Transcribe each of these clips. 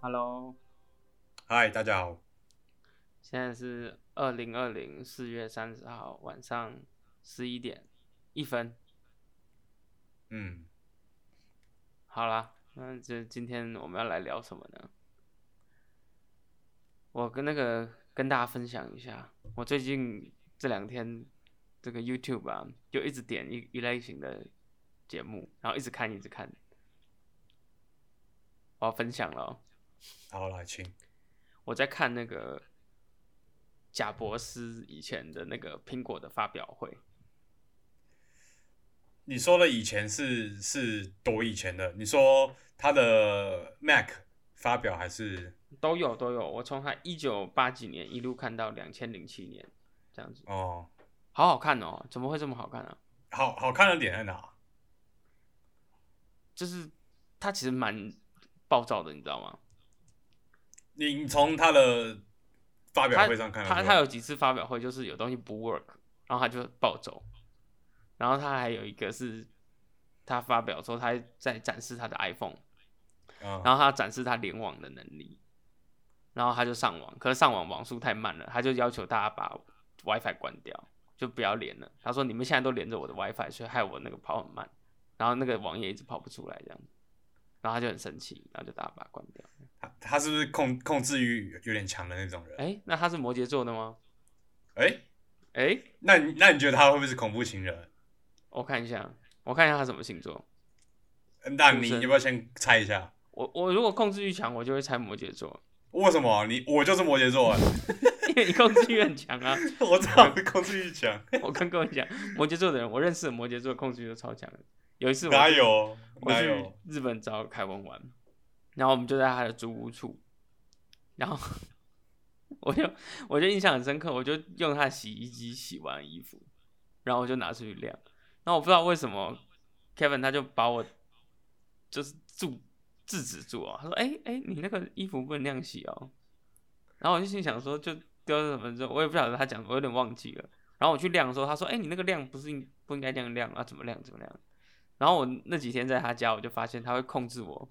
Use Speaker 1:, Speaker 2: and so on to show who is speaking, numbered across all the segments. Speaker 1: Hello，
Speaker 2: 嗨，大家好，
Speaker 1: 现在是二零二零四月三十号晚上十一点一分。
Speaker 2: 嗯，
Speaker 1: 好啦，那这今天我们要来聊什么呢？我跟那个跟大家分享一下，我最近这两天这个 YouTube 啊，就一直点一一类型的节目，然后一直看一直看。我要分享了哦，
Speaker 2: 好来，请，
Speaker 1: 我在看那个贾博士以前的那个苹果的发表会，
Speaker 2: 你说的以前是是多以前的？你说他的 Mac 发表还是
Speaker 1: 都有都有，我从他一九八几年一路看到两千零七年这样子，
Speaker 2: 哦，
Speaker 1: 好好看哦，怎么会这么好看啊？
Speaker 2: 好好看的点在哪？
Speaker 1: 就是他其实蛮暴躁的，你知道吗？
Speaker 2: 你你从他的发表
Speaker 1: 他
Speaker 2: 会上看得
Speaker 1: 他
Speaker 2: 出
Speaker 1: 他
Speaker 2: 来
Speaker 1: 有几次发表会就是有东西不 work，然后他就暴走，然后他还有一个是他发表说他在展示他的 iPhone，
Speaker 2: 嗯
Speaker 1: 然后他展示他联网的能力，然后他就上网，可是上网网速太慢了，他就要求大家把 WiFi 关掉，就不要连了。他说你们现在都连着我的 WiFi，所以害我那个跑很慢，然后那个网页一直跑不出来这样，然后他就很生气，然后就大家把它关掉。
Speaker 2: 他他是不是控控制欲有有点强的那种人？
Speaker 1: 哎，那他是摩羯座的吗？
Speaker 2: 哎，
Speaker 1: 哎，
Speaker 2: 那你那你觉得他会不会是恐怖情人？
Speaker 1: 我看一下，我看一下他什么星座。
Speaker 2: 那你
Speaker 1: 畜生
Speaker 2: 要不要先猜一下？
Speaker 1: 我我如果控制欲强，我就会猜摩羯座，
Speaker 2: 为什么啊你我就是摩羯座啊？
Speaker 1: 因为你控制欲很强啊。
Speaker 2: 我知道控制欲强，
Speaker 1: 我跟各位讲，摩羯座的人，我认识的摩羯座控制欲都超强的。有一次我
Speaker 2: 哪
Speaker 1: 去
Speaker 2: 有
Speaker 1: 我
Speaker 2: 哪
Speaker 1: 去
Speaker 2: 有？
Speaker 1: 日本找凯文玩，然后我们就在他的租屋处，然后 我就我就印象很深刻，我就用他的洗衣机洗完衣服，然后我就拿出去晾。然后我不知道为什么 Kevin 他就把我就是住制止住哦，他说：“哎、哎、你那个衣服不能那样洗哦。”然后我就心想说，就丢在什么之后，我也不晓得他讲，我有点忘记了。然后我去晾的时候，他说：“哎、你那个晾不是应不应该这样晾啊？怎么晾怎么晾？”然后我那几天在他家，我就发现他会控制我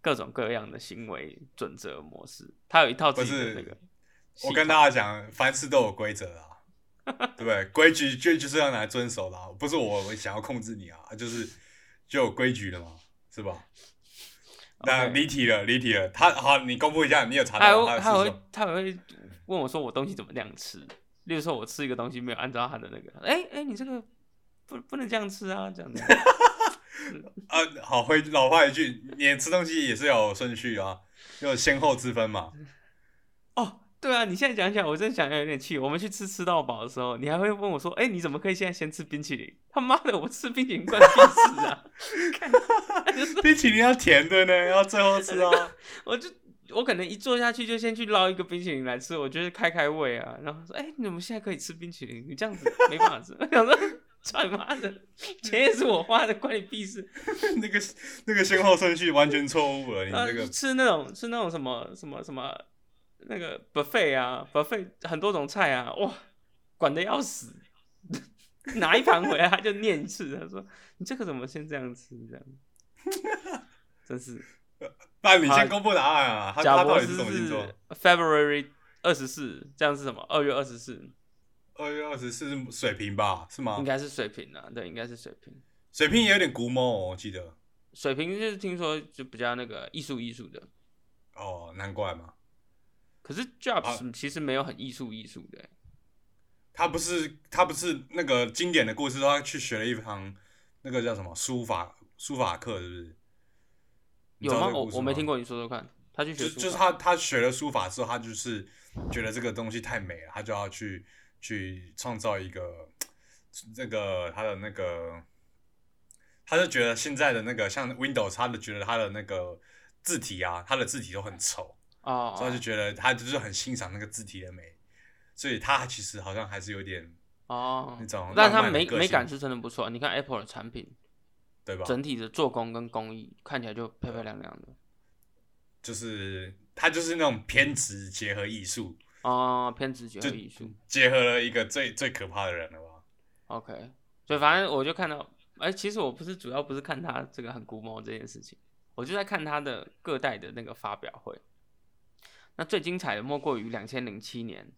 Speaker 1: 各种各样的行为准则模式，他有一套自己的那个
Speaker 2: 不是
Speaker 1: 系统。
Speaker 2: 我跟大家讲，凡事都有规 则啊，对不对？规矩就就是要拿来遵守的、啊，不是我我想要控制你啊，就是就有规矩了嘛，是吧？那
Speaker 1: OK
Speaker 2: 离题了，离题了。他好，你公布一下，你有查
Speaker 1: 他还
Speaker 2: 到
Speaker 1: 会他还
Speaker 2: 他是什
Speaker 1: 会
Speaker 2: 么？
Speaker 1: 他还会问我说我东西怎么那样吃，例如说我吃一个东西没有按照他的那个，哎、哎、你这个不不能这样吃啊，这 样子。
Speaker 2: 啊，好，回老话一句，你吃东西也是要有顺序啊，要有先后之 分嘛。
Speaker 1: 哦，对啊，你现在讲起来，我真的想有点气。我们去吃吃到饱的时候，你还会问我说，哎、你怎么可以现在先吃冰淇淋？他妈的，我吃冰淇淋关屁事啊！
Speaker 2: 冰淇淋要甜的呢，要最后吃啊。
Speaker 1: 我就我可能一坐下去就先去捞一个冰淇淋来吃，我觉得开开胃啊。然后他说，哎、你怎么现在可以吃冰淇淋？你这样子没办法吃。 我想说，操你妈的，钱也是我花的，关你屁事。
Speaker 2: 那个那个先后顺序完全错误了，你
Speaker 1: 啊，
Speaker 2: 这个
Speaker 1: 吃那种吃那种什么什么什么那个 buffet 啊，buffet 很多种菜啊，哇，管的要死。 拿一盘回来他就念一次，他说：“你这个怎么先这样吃？这样，真是。
Speaker 2: 那你
Speaker 1: 好
Speaker 2: 先公布答案啊。” 他
Speaker 1: 贾
Speaker 2: 他
Speaker 1: 博
Speaker 2: 到底是
Speaker 1: 士
Speaker 2: 什么星
Speaker 1: 是
Speaker 2: 座？
Speaker 1: February 二十四，这样是什么？二月二十四，
Speaker 2: 二月二十四是水瓶吧？是吗
Speaker 1: 应？该是水瓶啊，对，应该是水瓶。
Speaker 2: 水瓶也有点古某、哦，我记得。
Speaker 1: 水瓶就是听说就比较那个艺术艺术的，
Speaker 2: 哦，难怪嘛。
Speaker 1: 可是
Speaker 2: 好
Speaker 1: Jobs 其实没有很艺术艺术的欸、
Speaker 2: 他不是他不是那个经典的故事，说他去学了一堂那个叫什么书法书法课，是不是？你
Speaker 1: 有
Speaker 2: 知
Speaker 1: 吗？
Speaker 2: 道这个
Speaker 1: 我
Speaker 2: 故事
Speaker 1: 我没听。过，你说说看。他去学
Speaker 2: 就
Speaker 1: 书
Speaker 2: 就是
Speaker 1: 法
Speaker 2: 他他学了书法之后，他就是觉得这个东西太美了，他就要去去创造一个那个他的那个，他就觉得现在的那个像 Windows，他的觉得他的那个字体啊，他的字体都很丑。
Speaker 1: 哦，
Speaker 2: 所
Speaker 1: 哦
Speaker 2: 以他就觉得他就是很欣赏那个字体的美，所以他其实好像还是有点
Speaker 1: 哦
Speaker 2: 那，种
Speaker 1: 但
Speaker 2: 浪
Speaker 1: 它
Speaker 2: 漫的
Speaker 1: 美
Speaker 2: 个性，
Speaker 1: 美感是真的不错。你看 Apple 的产品，
Speaker 2: 对吧？
Speaker 1: 整体的做工跟工艺看起来就漂漂亮亮的。
Speaker 2: 就是他就是那种偏执结合艺术，
Speaker 1: 哦，偏直觉和
Speaker 2: 就
Speaker 1: 艺术。
Speaker 2: 结合了一个最最可怕的人了吧？
Speaker 1: OK，所以反正我就看到，哎、其实我不是主要不是看他这个很古某这件事情，我就在看他的各代的那个发表会。那最精彩的莫过于两千零七年，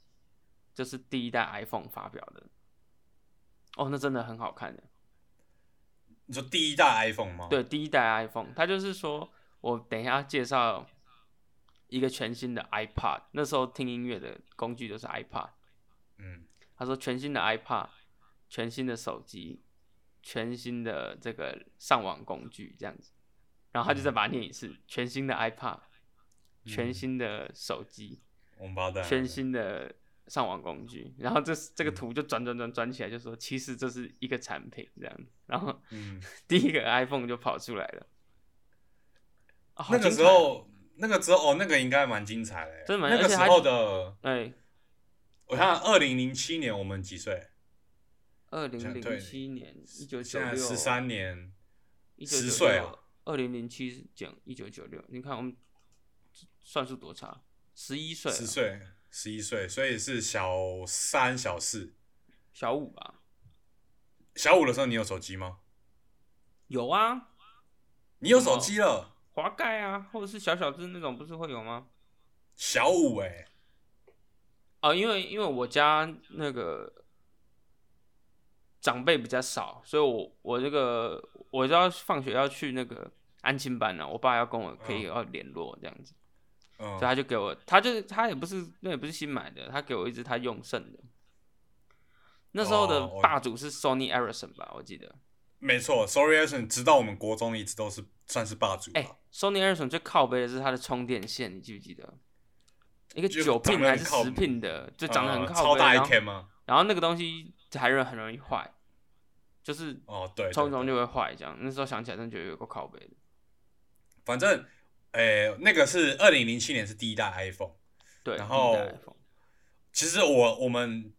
Speaker 1: 这是第一代 iPhone 发表的，哦，那真的很好看的。
Speaker 2: 你说第一代 iPhone 吗？
Speaker 1: 对，第一代 iPhone，它就是说我等一下要介绍一个全新的 iPod，那时候听音乐的工具就是 iPod。
Speaker 2: 嗯，
Speaker 1: 他说全新的 iPod，全新的手机，全新的这个上网工具这样子，然后他就再把它念一次：全新的 iPod，全新的手机，
Speaker 2: 王八蛋，
Speaker 1: 全新的上网工具。然后这这
Speaker 2: 嗯
Speaker 1: 个图就转转转转起来，就说其实这是一个产品这样。然后
Speaker 2: 嗯，
Speaker 1: 第一个 iPhone 就跑出来了。啊好
Speaker 2: 那个
Speaker 1: 精
Speaker 2: 时
Speaker 1: 彩
Speaker 2: 候，那个时候哦，那个应该蛮精彩的耶，
Speaker 1: 真的蛮
Speaker 2: 那个
Speaker 1: 而且
Speaker 2: 时
Speaker 1: 它
Speaker 2: 候的，
Speaker 1: 哎，
Speaker 2: 我看二零零七年我们几岁？
Speaker 1: 二零
Speaker 2: 想对
Speaker 1: 零七年，一九九
Speaker 2: 现在
Speaker 1: 六，
Speaker 2: 十三年，
Speaker 1: 一九
Speaker 2: 10
Speaker 1: 九
Speaker 2: 岁啊
Speaker 1: 六，二零零七减一九九六，你看我们算术多差，十一岁啊，
Speaker 2: 十岁，十一岁，所以是小三、小四、
Speaker 1: 小五吧？
Speaker 2: 小五的时候，你有手机吗？
Speaker 1: 有啊，
Speaker 2: 你有手机了，
Speaker 1: 滑盖啊，或者是小小只那种，不是会有吗？
Speaker 2: 小五哎、
Speaker 1: 哦，因为因为我家那个长辈比较少，所以我我这个我要放学要去那个安亲班呢、啊我爸要跟我可以要联络这样子，所以
Speaker 2: 嗯，
Speaker 1: 他就给我，他就是他也不是那也不是新买的，他给我一只他用剩的。那时候的
Speaker 2: 哦我
Speaker 1: 霸主是 Sony Ericsson 吧，我记得。
Speaker 2: 没错，Sorry Action，直到我们国中一直都是算是霸主吧，
Speaker 1: 哎、s o n y Ericsson 最靠背的是它的充电线，你记不记得？一个
Speaker 2: 就
Speaker 1: 九
Speaker 2: 长
Speaker 1: 聘
Speaker 2: 得
Speaker 1: 还
Speaker 2: 很
Speaker 1: 是
Speaker 2: 靠
Speaker 1: 十聘的，就长得很
Speaker 2: 呃
Speaker 1: 靠
Speaker 2: 超
Speaker 1: 背，啊
Speaker 2: 大一
Speaker 1: 然后
Speaker 2: 天吗？
Speaker 1: 然后那个东西还容很容易坏，就是
Speaker 2: 哦，对，对
Speaker 1: 冲一
Speaker 2: 对
Speaker 1: 冲就会坏，这样。那时候想起来，真的觉得有个靠背的。
Speaker 2: 反正，诶、那个是二零零七年是第一代 iPhone。
Speaker 1: 对，
Speaker 2: 然
Speaker 1: 第一代
Speaker 2: 后
Speaker 1: iPhone
Speaker 2: 其实我我们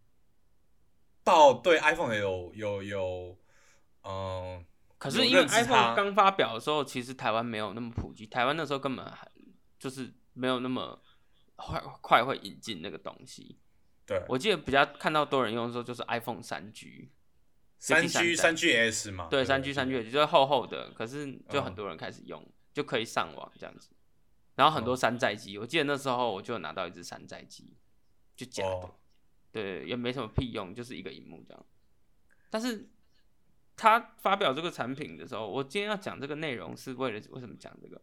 Speaker 2: 到对 iPhone 有有有，嗯、
Speaker 1: 可是
Speaker 2: 有
Speaker 1: 因为
Speaker 2: 认知它
Speaker 1: iPhone 刚发表的时候，其实台湾没有那么普及，台湾那时候根本还就是没有那么快快会引进那个东西。
Speaker 2: 对，
Speaker 1: 我记得比较看到多人用的时候，就是 iPhone 三 G。
Speaker 2: 三
Speaker 1: 第三
Speaker 2: G
Speaker 1: 代
Speaker 2: 三 GS 嘛，
Speaker 1: 对，
Speaker 2: 不
Speaker 1: 三 G 三 G 也就是厚厚的，可是就
Speaker 2: 嗯
Speaker 1: 很多人开始用，就可以上网这样子。然后很多
Speaker 2: 哦
Speaker 1: 山寨机，我记得那时候我就有拿到一只山寨机，就假的，
Speaker 2: 哦
Speaker 1: 对，也没什么屁用，就是一个荧幕这样。但是他发表这个产品的时候，我今天要讲这个内容是为了为什么讲这个？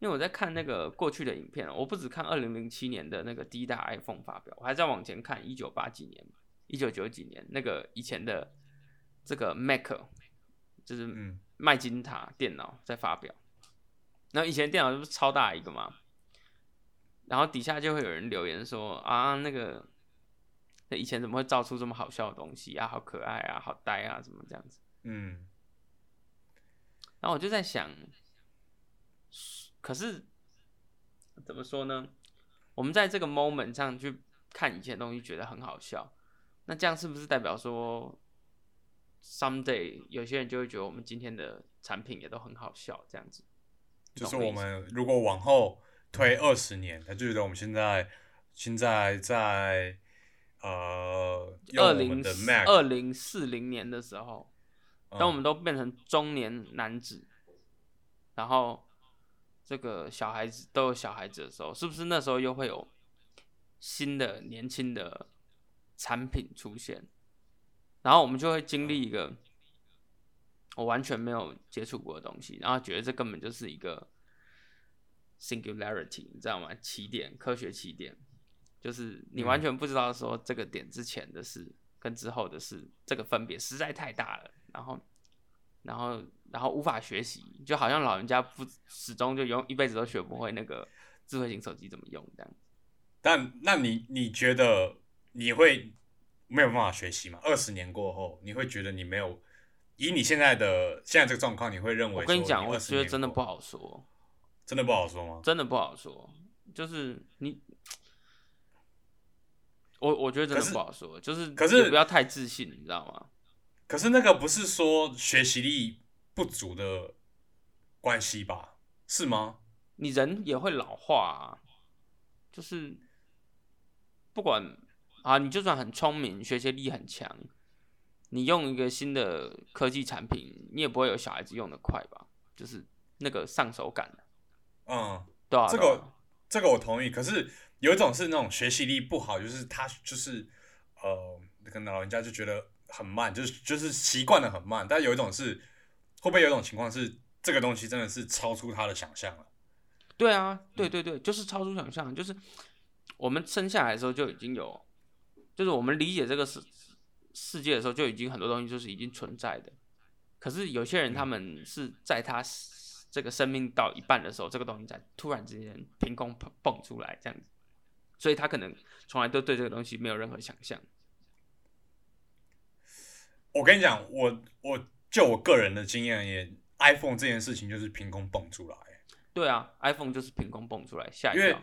Speaker 1: 因为我在看那个过去的影片，我不只看二零零七年的那个第一代 iPhone 发表，我还在往前看一九八几年、一九九几年那个以前的这个 Mac，就是
Speaker 2: 嗯，
Speaker 1: 麦金塔电脑在发表，然后以前电脑就是超大一个嘛，然后底下就会有人留言说啊，那个那以前怎么会造出这么好笑的东西啊，好可爱啊，好呆啊，怎么这样子？
Speaker 2: 嗯，
Speaker 1: 然后我就在想，可是怎么说呢？我们在这个 moment 上去看以前的东西，觉得很好笑，那这样是不是代表说，someday 有些人就会觉得我们今天的产品也都很好笑，这样子？你
Speaker 2: 就是
Speaker 1: 懂
Speaker 2: 我
Speaker 1: 意思吗
Speaker 2: 们如果往后推二十年，他就觉得我们现在现在在呃，用
Speaker 1: 二
Speaker 2: 我们
Speaker 1: 零
Speaker 2: 的 Mac，
Speaker 1: 二零四零年的时候，
Speaker 2: 嗯
Speaker 1: 当我们都变成中年男子，然后这个小孩子都有小孩子的时候，是不是那时候又会有新的年轻的产品出现？然后我们就会经历一个我完全没有接触过的东西，然后觉得这根本就是一个 singularity，你知道吗？起点，科学起点，就是你完全不知道说这个点之前的事跟之后的事，这个分别实在太大了，然后，然后，然后无法学习，就好像老人家不始终就永一辈子都学不会那个智慧型手机怎么用这样。
Speaker 2: 但那你你觉得你会没有办法学习吗？二十年过后，你会觉得你没有以你现在的现在这个状况，你会认为
Speaker 1: 我跟你
Speaker 2: 说
Speaker 1: 讲，我
Speaker 2: 20
Speaker 1: 觉得真的不
Speaker 2: 年过
Speaker 1: 好说。
Speaker 2: 真的不好说吗？
Speaker 1: 真的不好说，就是你，我我觉得真
Speaker 2: 可
Speaker 1: 的
Speaker 2: 是
Speaker 1: 不好说，就是
Speaker 2: 可是
Speaker 1: 也不要太自信，你知道吗？
Speaker 2: 可是那个不是说学习力不足的关系吧？是吗？
Speaker 1: 你人也会老化、啊，就是不管啊，你就算很聪明，学习力很强，你用一个新的科技产品，你也不会有小孩子用的快吧？就是那个上手感了，
Speaker 2: 嗯，
Speaker 1: 对啊，
Speaker 2: 这
Speaker 1: 对啊
Speaker 2: 个这个我同意。可是有一种是那种学习力不好，就是他就是呃，可能老人家就觉得很慢，就是就是习惯的很慢。但有一种是会不会有一种情况是这个东西真的是超出他的想象了？
Speaker 1: 对啊，
Speaker 2: 嗯
Speaker 1: 对对对，就是超出想象，就是我们生下来的时候就已经有，就是我们理解这个世世界的时候就已经很多东西就是已经存在的。可是有些人
Speaker 2: 嗯
Speaker 1: 他们是在他 s- 这个生命到一半的时候，这个东西才突然之间凭空蹦蹦出来这样子，所以他可能从来都对这个东西没有任何想象。
Speaker 2: 我跟你讲，我我就我个人的经验而言，iPhone 这件事情就是凭空蹦出来。
Speaker 1: 对啊，iPhone 就是凭空蹦出来，吓一
Speaker 2: 因为
Speaker 1: 跳。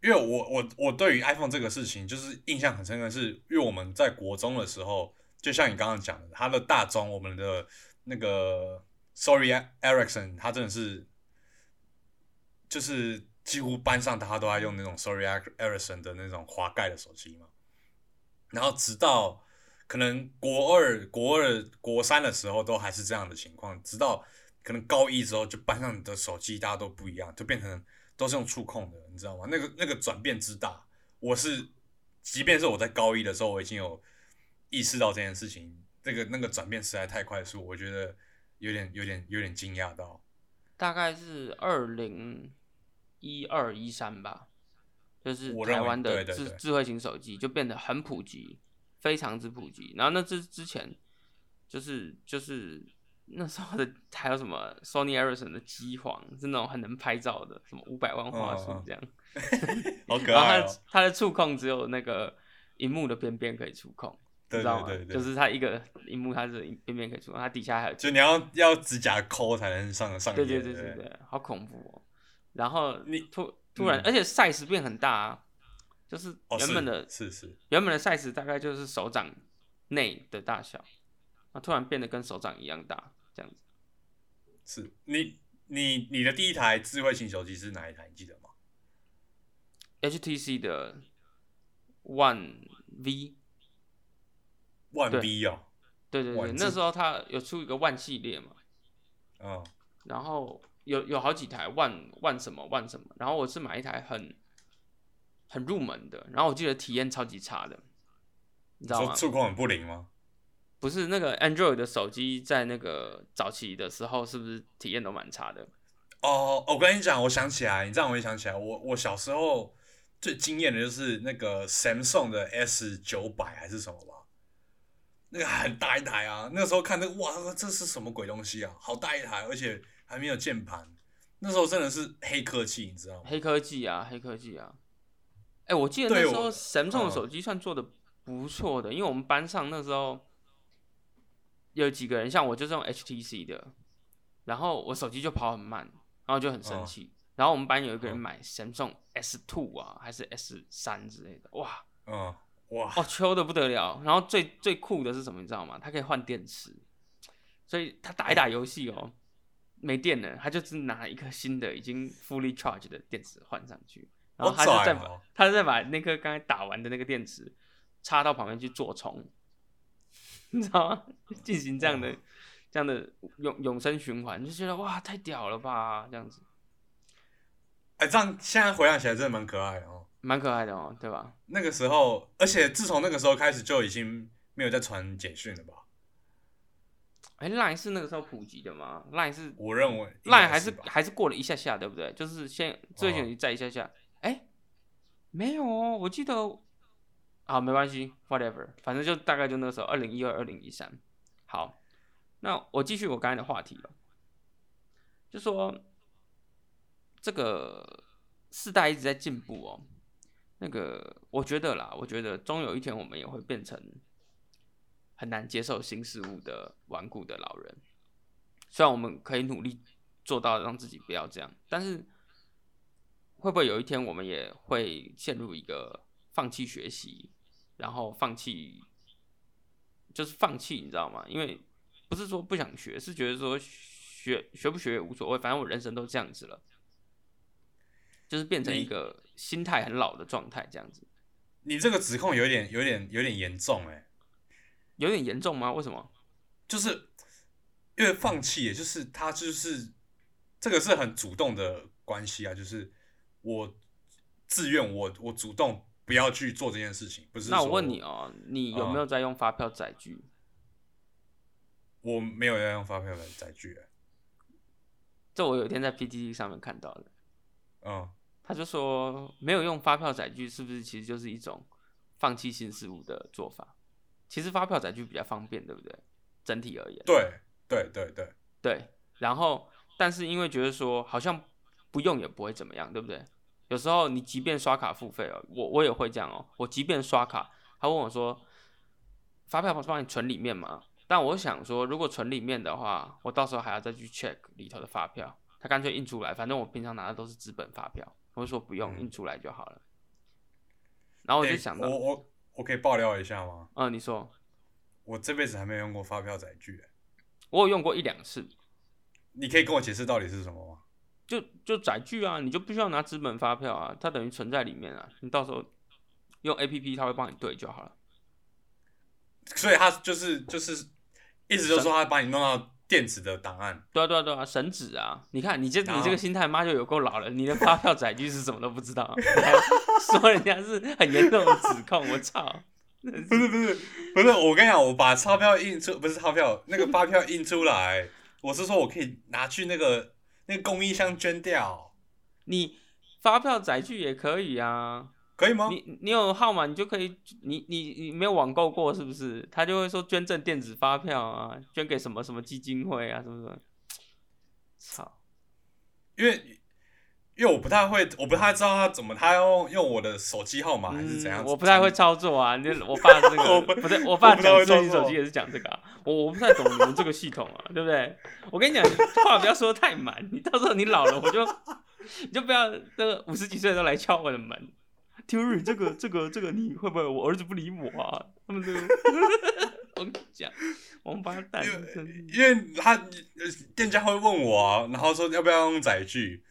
Speaker 2: 因为我我我对于 iPhone 这个事情就是印象很深刻是，因为我们在国中的时候，就像你刚刚讲的，他的大中我们的那个 Sorry Ericsson，他真的是就是几乎班上大家都在用那种 Sorry Ericsson 的那种滑盖的手机嘛，然后直到可能国二、国二、国三的时候都还是这样的情况，直到可能高一之后，就班上的手机大家都不一样，就变成都是用触控的，你知道吗？那个那个转变之大，我是即便是我在高一的时候，我已经有意识到这件事情，那个那个转变实在太快速，我觉得有点有点有点惊讶 到。
Speaker 1: 大概是二零一二一三吧，就是
Speaker 2: 我认
Speaker 1: 台
Speaker 2: 为
Speaker 1: 湾的
Speaker 2: 对对
Speaker 1: 智
Speaker 2: 对
Speaker 1: 智慧型手机就变得很普及，非常之普及。然后那之之前就是就是那时候的还有什么 Sony Ericsson 的机皇是那种很能拍照的，什么五百万画素
Speaker 2: 嗯嗯嗯
Speaker 1: 这样。
Speaker 2: 好可
Speaker 1: 然后它
Speaker 2: 爱、
Speaker 1: 的
Speaker 2: 哦！
Speaker 1: 它的触控只有那个荧幕的边边可以触控，你
Speaker 2: 对
Speaker 1: 知道
Speaker 2: 对
Speaker 1: 吗？
Speaker 2: 对对，
Speaker 1: 就是它一个荧幕它是边边可以触控，它底下还有
Speaker 2: 就你要要指甲抠才能上上
Speaker 1: 对
Speaker 2: 页，
Speaker 1: 对
Speaker 2: 对
Speaker 1: 对对对，好恐怖哦！然后
Speaker 2: 你
Speaker 1: 突突然，
Speaker 2: 嗯
Speaker 1: 而且 size 变很大啊，就是
Speaker 2: 哦，
Speaker 1: 原本的、
Speaker 2: 是是是，
Speaker 1: 原本的 size 大概就是手掌内的大小，那突然变得跟手掌一样大，这样子。
Speaker 2: 是你你你的第一台智慧型手机是哪一台？你记得吗？
Speaker 1: HTC 的 One V，
Speaker 2: 万
Speaker 1: 对
Speaker 2: B 哦，
Speaker 1: 对对
Speaker 2: 哇
Speaker 1: 对，
Speaker 2: 你
Speaker 1: 那
Speaker 2: 这
Speaker 1: 时候它有出一个 One 系列嘛，
Speaker 2: 嗯，
Speaker 1: 然后有有好几台万万什么万什么，然后我是买一台很很入门的，然后我记得体验超级差的，你知道啊吗
Speaker 2: 说？触控很不灵吗？
Speaker 1: 不是那个 Android 的手机在那个早期的时候，是不是体验都蛮差的？
Speaker 2: 哦，我跟你讲，我想起来，你这样我也想起来，我我小时候最惊艳的就是那个 Samsung 的 S 九百还是什么吧，那个很大一台啊，那时候看那个哇，这是什么鬼东西啊，好大一台，而且还没有键盘，那时候真的是黑科技，你知道吗？
Speaker 1: 黑科技啊，黑科技啊！哎、我记得那
Speaker 2: 对
Speaker 1: 时候
Speaker 2: 我
Speaker 1: Samsung 的
Speaker 2: 嗯
Speaker 1: 手机算做的不错的，因为我们班上那时候有几个人，像我就是用 HTC 的，然后我手机就跑很慢，然后就很生
Speaker 2: 嗯
Speaker 1: 气。然后我们班有一个人
Speaker 2: 嗯
Speaker 1: 买 Samsung S two 啊，还是 S 三之类的，哇，
Speaker 2: 嗯，哇，
Speaker 1: 哦，秋的不得了。然后最最酷的是什么，你知道吗？它可以换电池，所以他打一打游戏哦，没电了，他就只拿一颗新的已经 fully charged 的电池换上去，然后他就
Speaker 2: 好
Speaker 1: 再
Speaker 2: 拽
Speaker 1: 把、
Speaker 2: 哦
Speaker 1: 他就再把那颗刚才打完的那个电池插到旁边去做充， 你知道吗？进行这样的
Speaker 2: 哇
Speaker 1: 这样的永永生循环，就觉得哇太屌了吧，这样子
Speaker 2: 哎、这样现在回想起来真的蛮可爱的哦。
Speaker 1: 蛮可爱的哦，对吧？
Speaker 2: 那个时候，而且自从那个时候开始就已经没有再传简讯了吧？
Speaker 1: 哎，Line 是那个时候普及的吗？Line 是
Speaker 2: 我认为应该
Speaker 1: 赖还是
Speaker 2: 吧哦
Speaker 1: 还是过了一下下，对不对？就是先最近再一下下，哎、没有哦，我记得啊，没关系，whatever，反正就大概就那时候，二零一二、二零一三。好，那我继续我刚才的话题了，就说这个世代一直在进步哦。那个我觉得啦，我觉得终有一天我们也会变成很难接受新事物的顽固的老人。虽然我们可以努力做到让自己不要这样，但是会不会有一天我们也会陷入一个放弃学习，然后放弃，就是放弃，你知道吗？因为不是说不想学，是觉得说学学不学也无所谓，反正我人生都这样子了，就是变成一
Speaker 2: 你
Speaker 1: 个心态很老的状态，这样子
Speaker 2: 你这个指控有点有点有点严重哎、
Speaker 1: 有点严重吗？为什么？
Speaker 2: 欸就是因为放弃，也就是他就是这个是很主动的关系啊，就是我自愿，我我主动不要去做这件事情，不是。嗯
Speaker 1: 那我问你，哦，你有没有在用发票载具？
Speaker 2: 我没有要用发票来载具欸，
Speaker 1: 这我有一天在 PTT 上面看到的，
Speaker 2: 嗯，
Speaker 1: 他就说没有用发票载具，是不是其实就是一种放弃新事物的做法？其实发票载具比较方便，对不对？整体而言，
Speaker 2: 对对对对，
Speaker 1: 对，然后但是因为觉得说好像不用也不会怎么样，对不对？有时候你即便刷卡付费哦，我我也会这样哦，我即便刷卡，他问我说发票帮你存里面吗？但我想说，如果存里面的话，我到时候还要再去 check 里头的发票，他干脆印出来，反正我平常拿的都是纸本发票，我就说不用
Speaker 2: 嗯
Speaker 1: 印出来就好了。然哦后我就
Speaker 2: 诶
Speaker 1: 想到，
Speaker 2: 欸我我我可以爆料一下吗？
Speaker 1: 嗯，你说
Speaker 2: 我这辈子还没有用过发票载具欸，
Speaker 1: 我有用过一两次，
Speaker 2: 你可以跟我解释到底是什么吗？
Speaker 1: 就就载具啊，你就不需要拿纸本发票啊，它等于存在里面啊，你到时候用 A P P 它会帮你对就好了。
Speaker 2: 所以他就是就是一直就说他把你弄到电子的档案，
Speaker 1: 对啊对啊对啊，神纸啊！你看你这
Speaker 2: 然后
Speaker 1: 你这个心态，妈就有够老了，你连发票载具是什么都不知道、 你还说人家是很严重的指控，我操！
Speaker 2: 不是不是不是，我跟你讲，我把钞票印出，不是钞票，那个发票印出来，我是说我可以拿去那个那个公益箱捐掉，
Speaker 1: 你发票载具也可以啊，
Speaker 2: 可以吗？
Speaker 1: 你你有号码，你就可以，你你你没有网购过是不是？他就会说捐赠电子发票啊，捐给什么什么基金会啊，什么什么。操，
Speaker 2: 因为因为我不太会，我不太知道他怎么，他要用用我的手机号码还是怎样、
Speaker 1: 嗯我不太会，操作啊，你 我爸这
Speaker 2: 我
Speaker 1: 个
Speaker 2: 不
Speaker 1: 不对，我爸
Speaker 2: 我不太
Speaker 1: 讲
Speaker 2: 会操
Speaker 1: 设计
Speaker 2: 作
Speaker 1: 手机也是讲这个、啊，我我不太懂你们这个系统啊，对不对？我跟你讲，你话不要说太满，你到时候你老了，我就你就不要那个五十几岁都来敲我的门。Terry，这个这个这个你会不会？我儿子不理我啊，他们这个， 我跟你讲，王八蛋，
Speaker 2: 因为
Speaker 1: 真是
Speaker 2: 因为他呃店家会问我、啊，然后说要不要用 载具。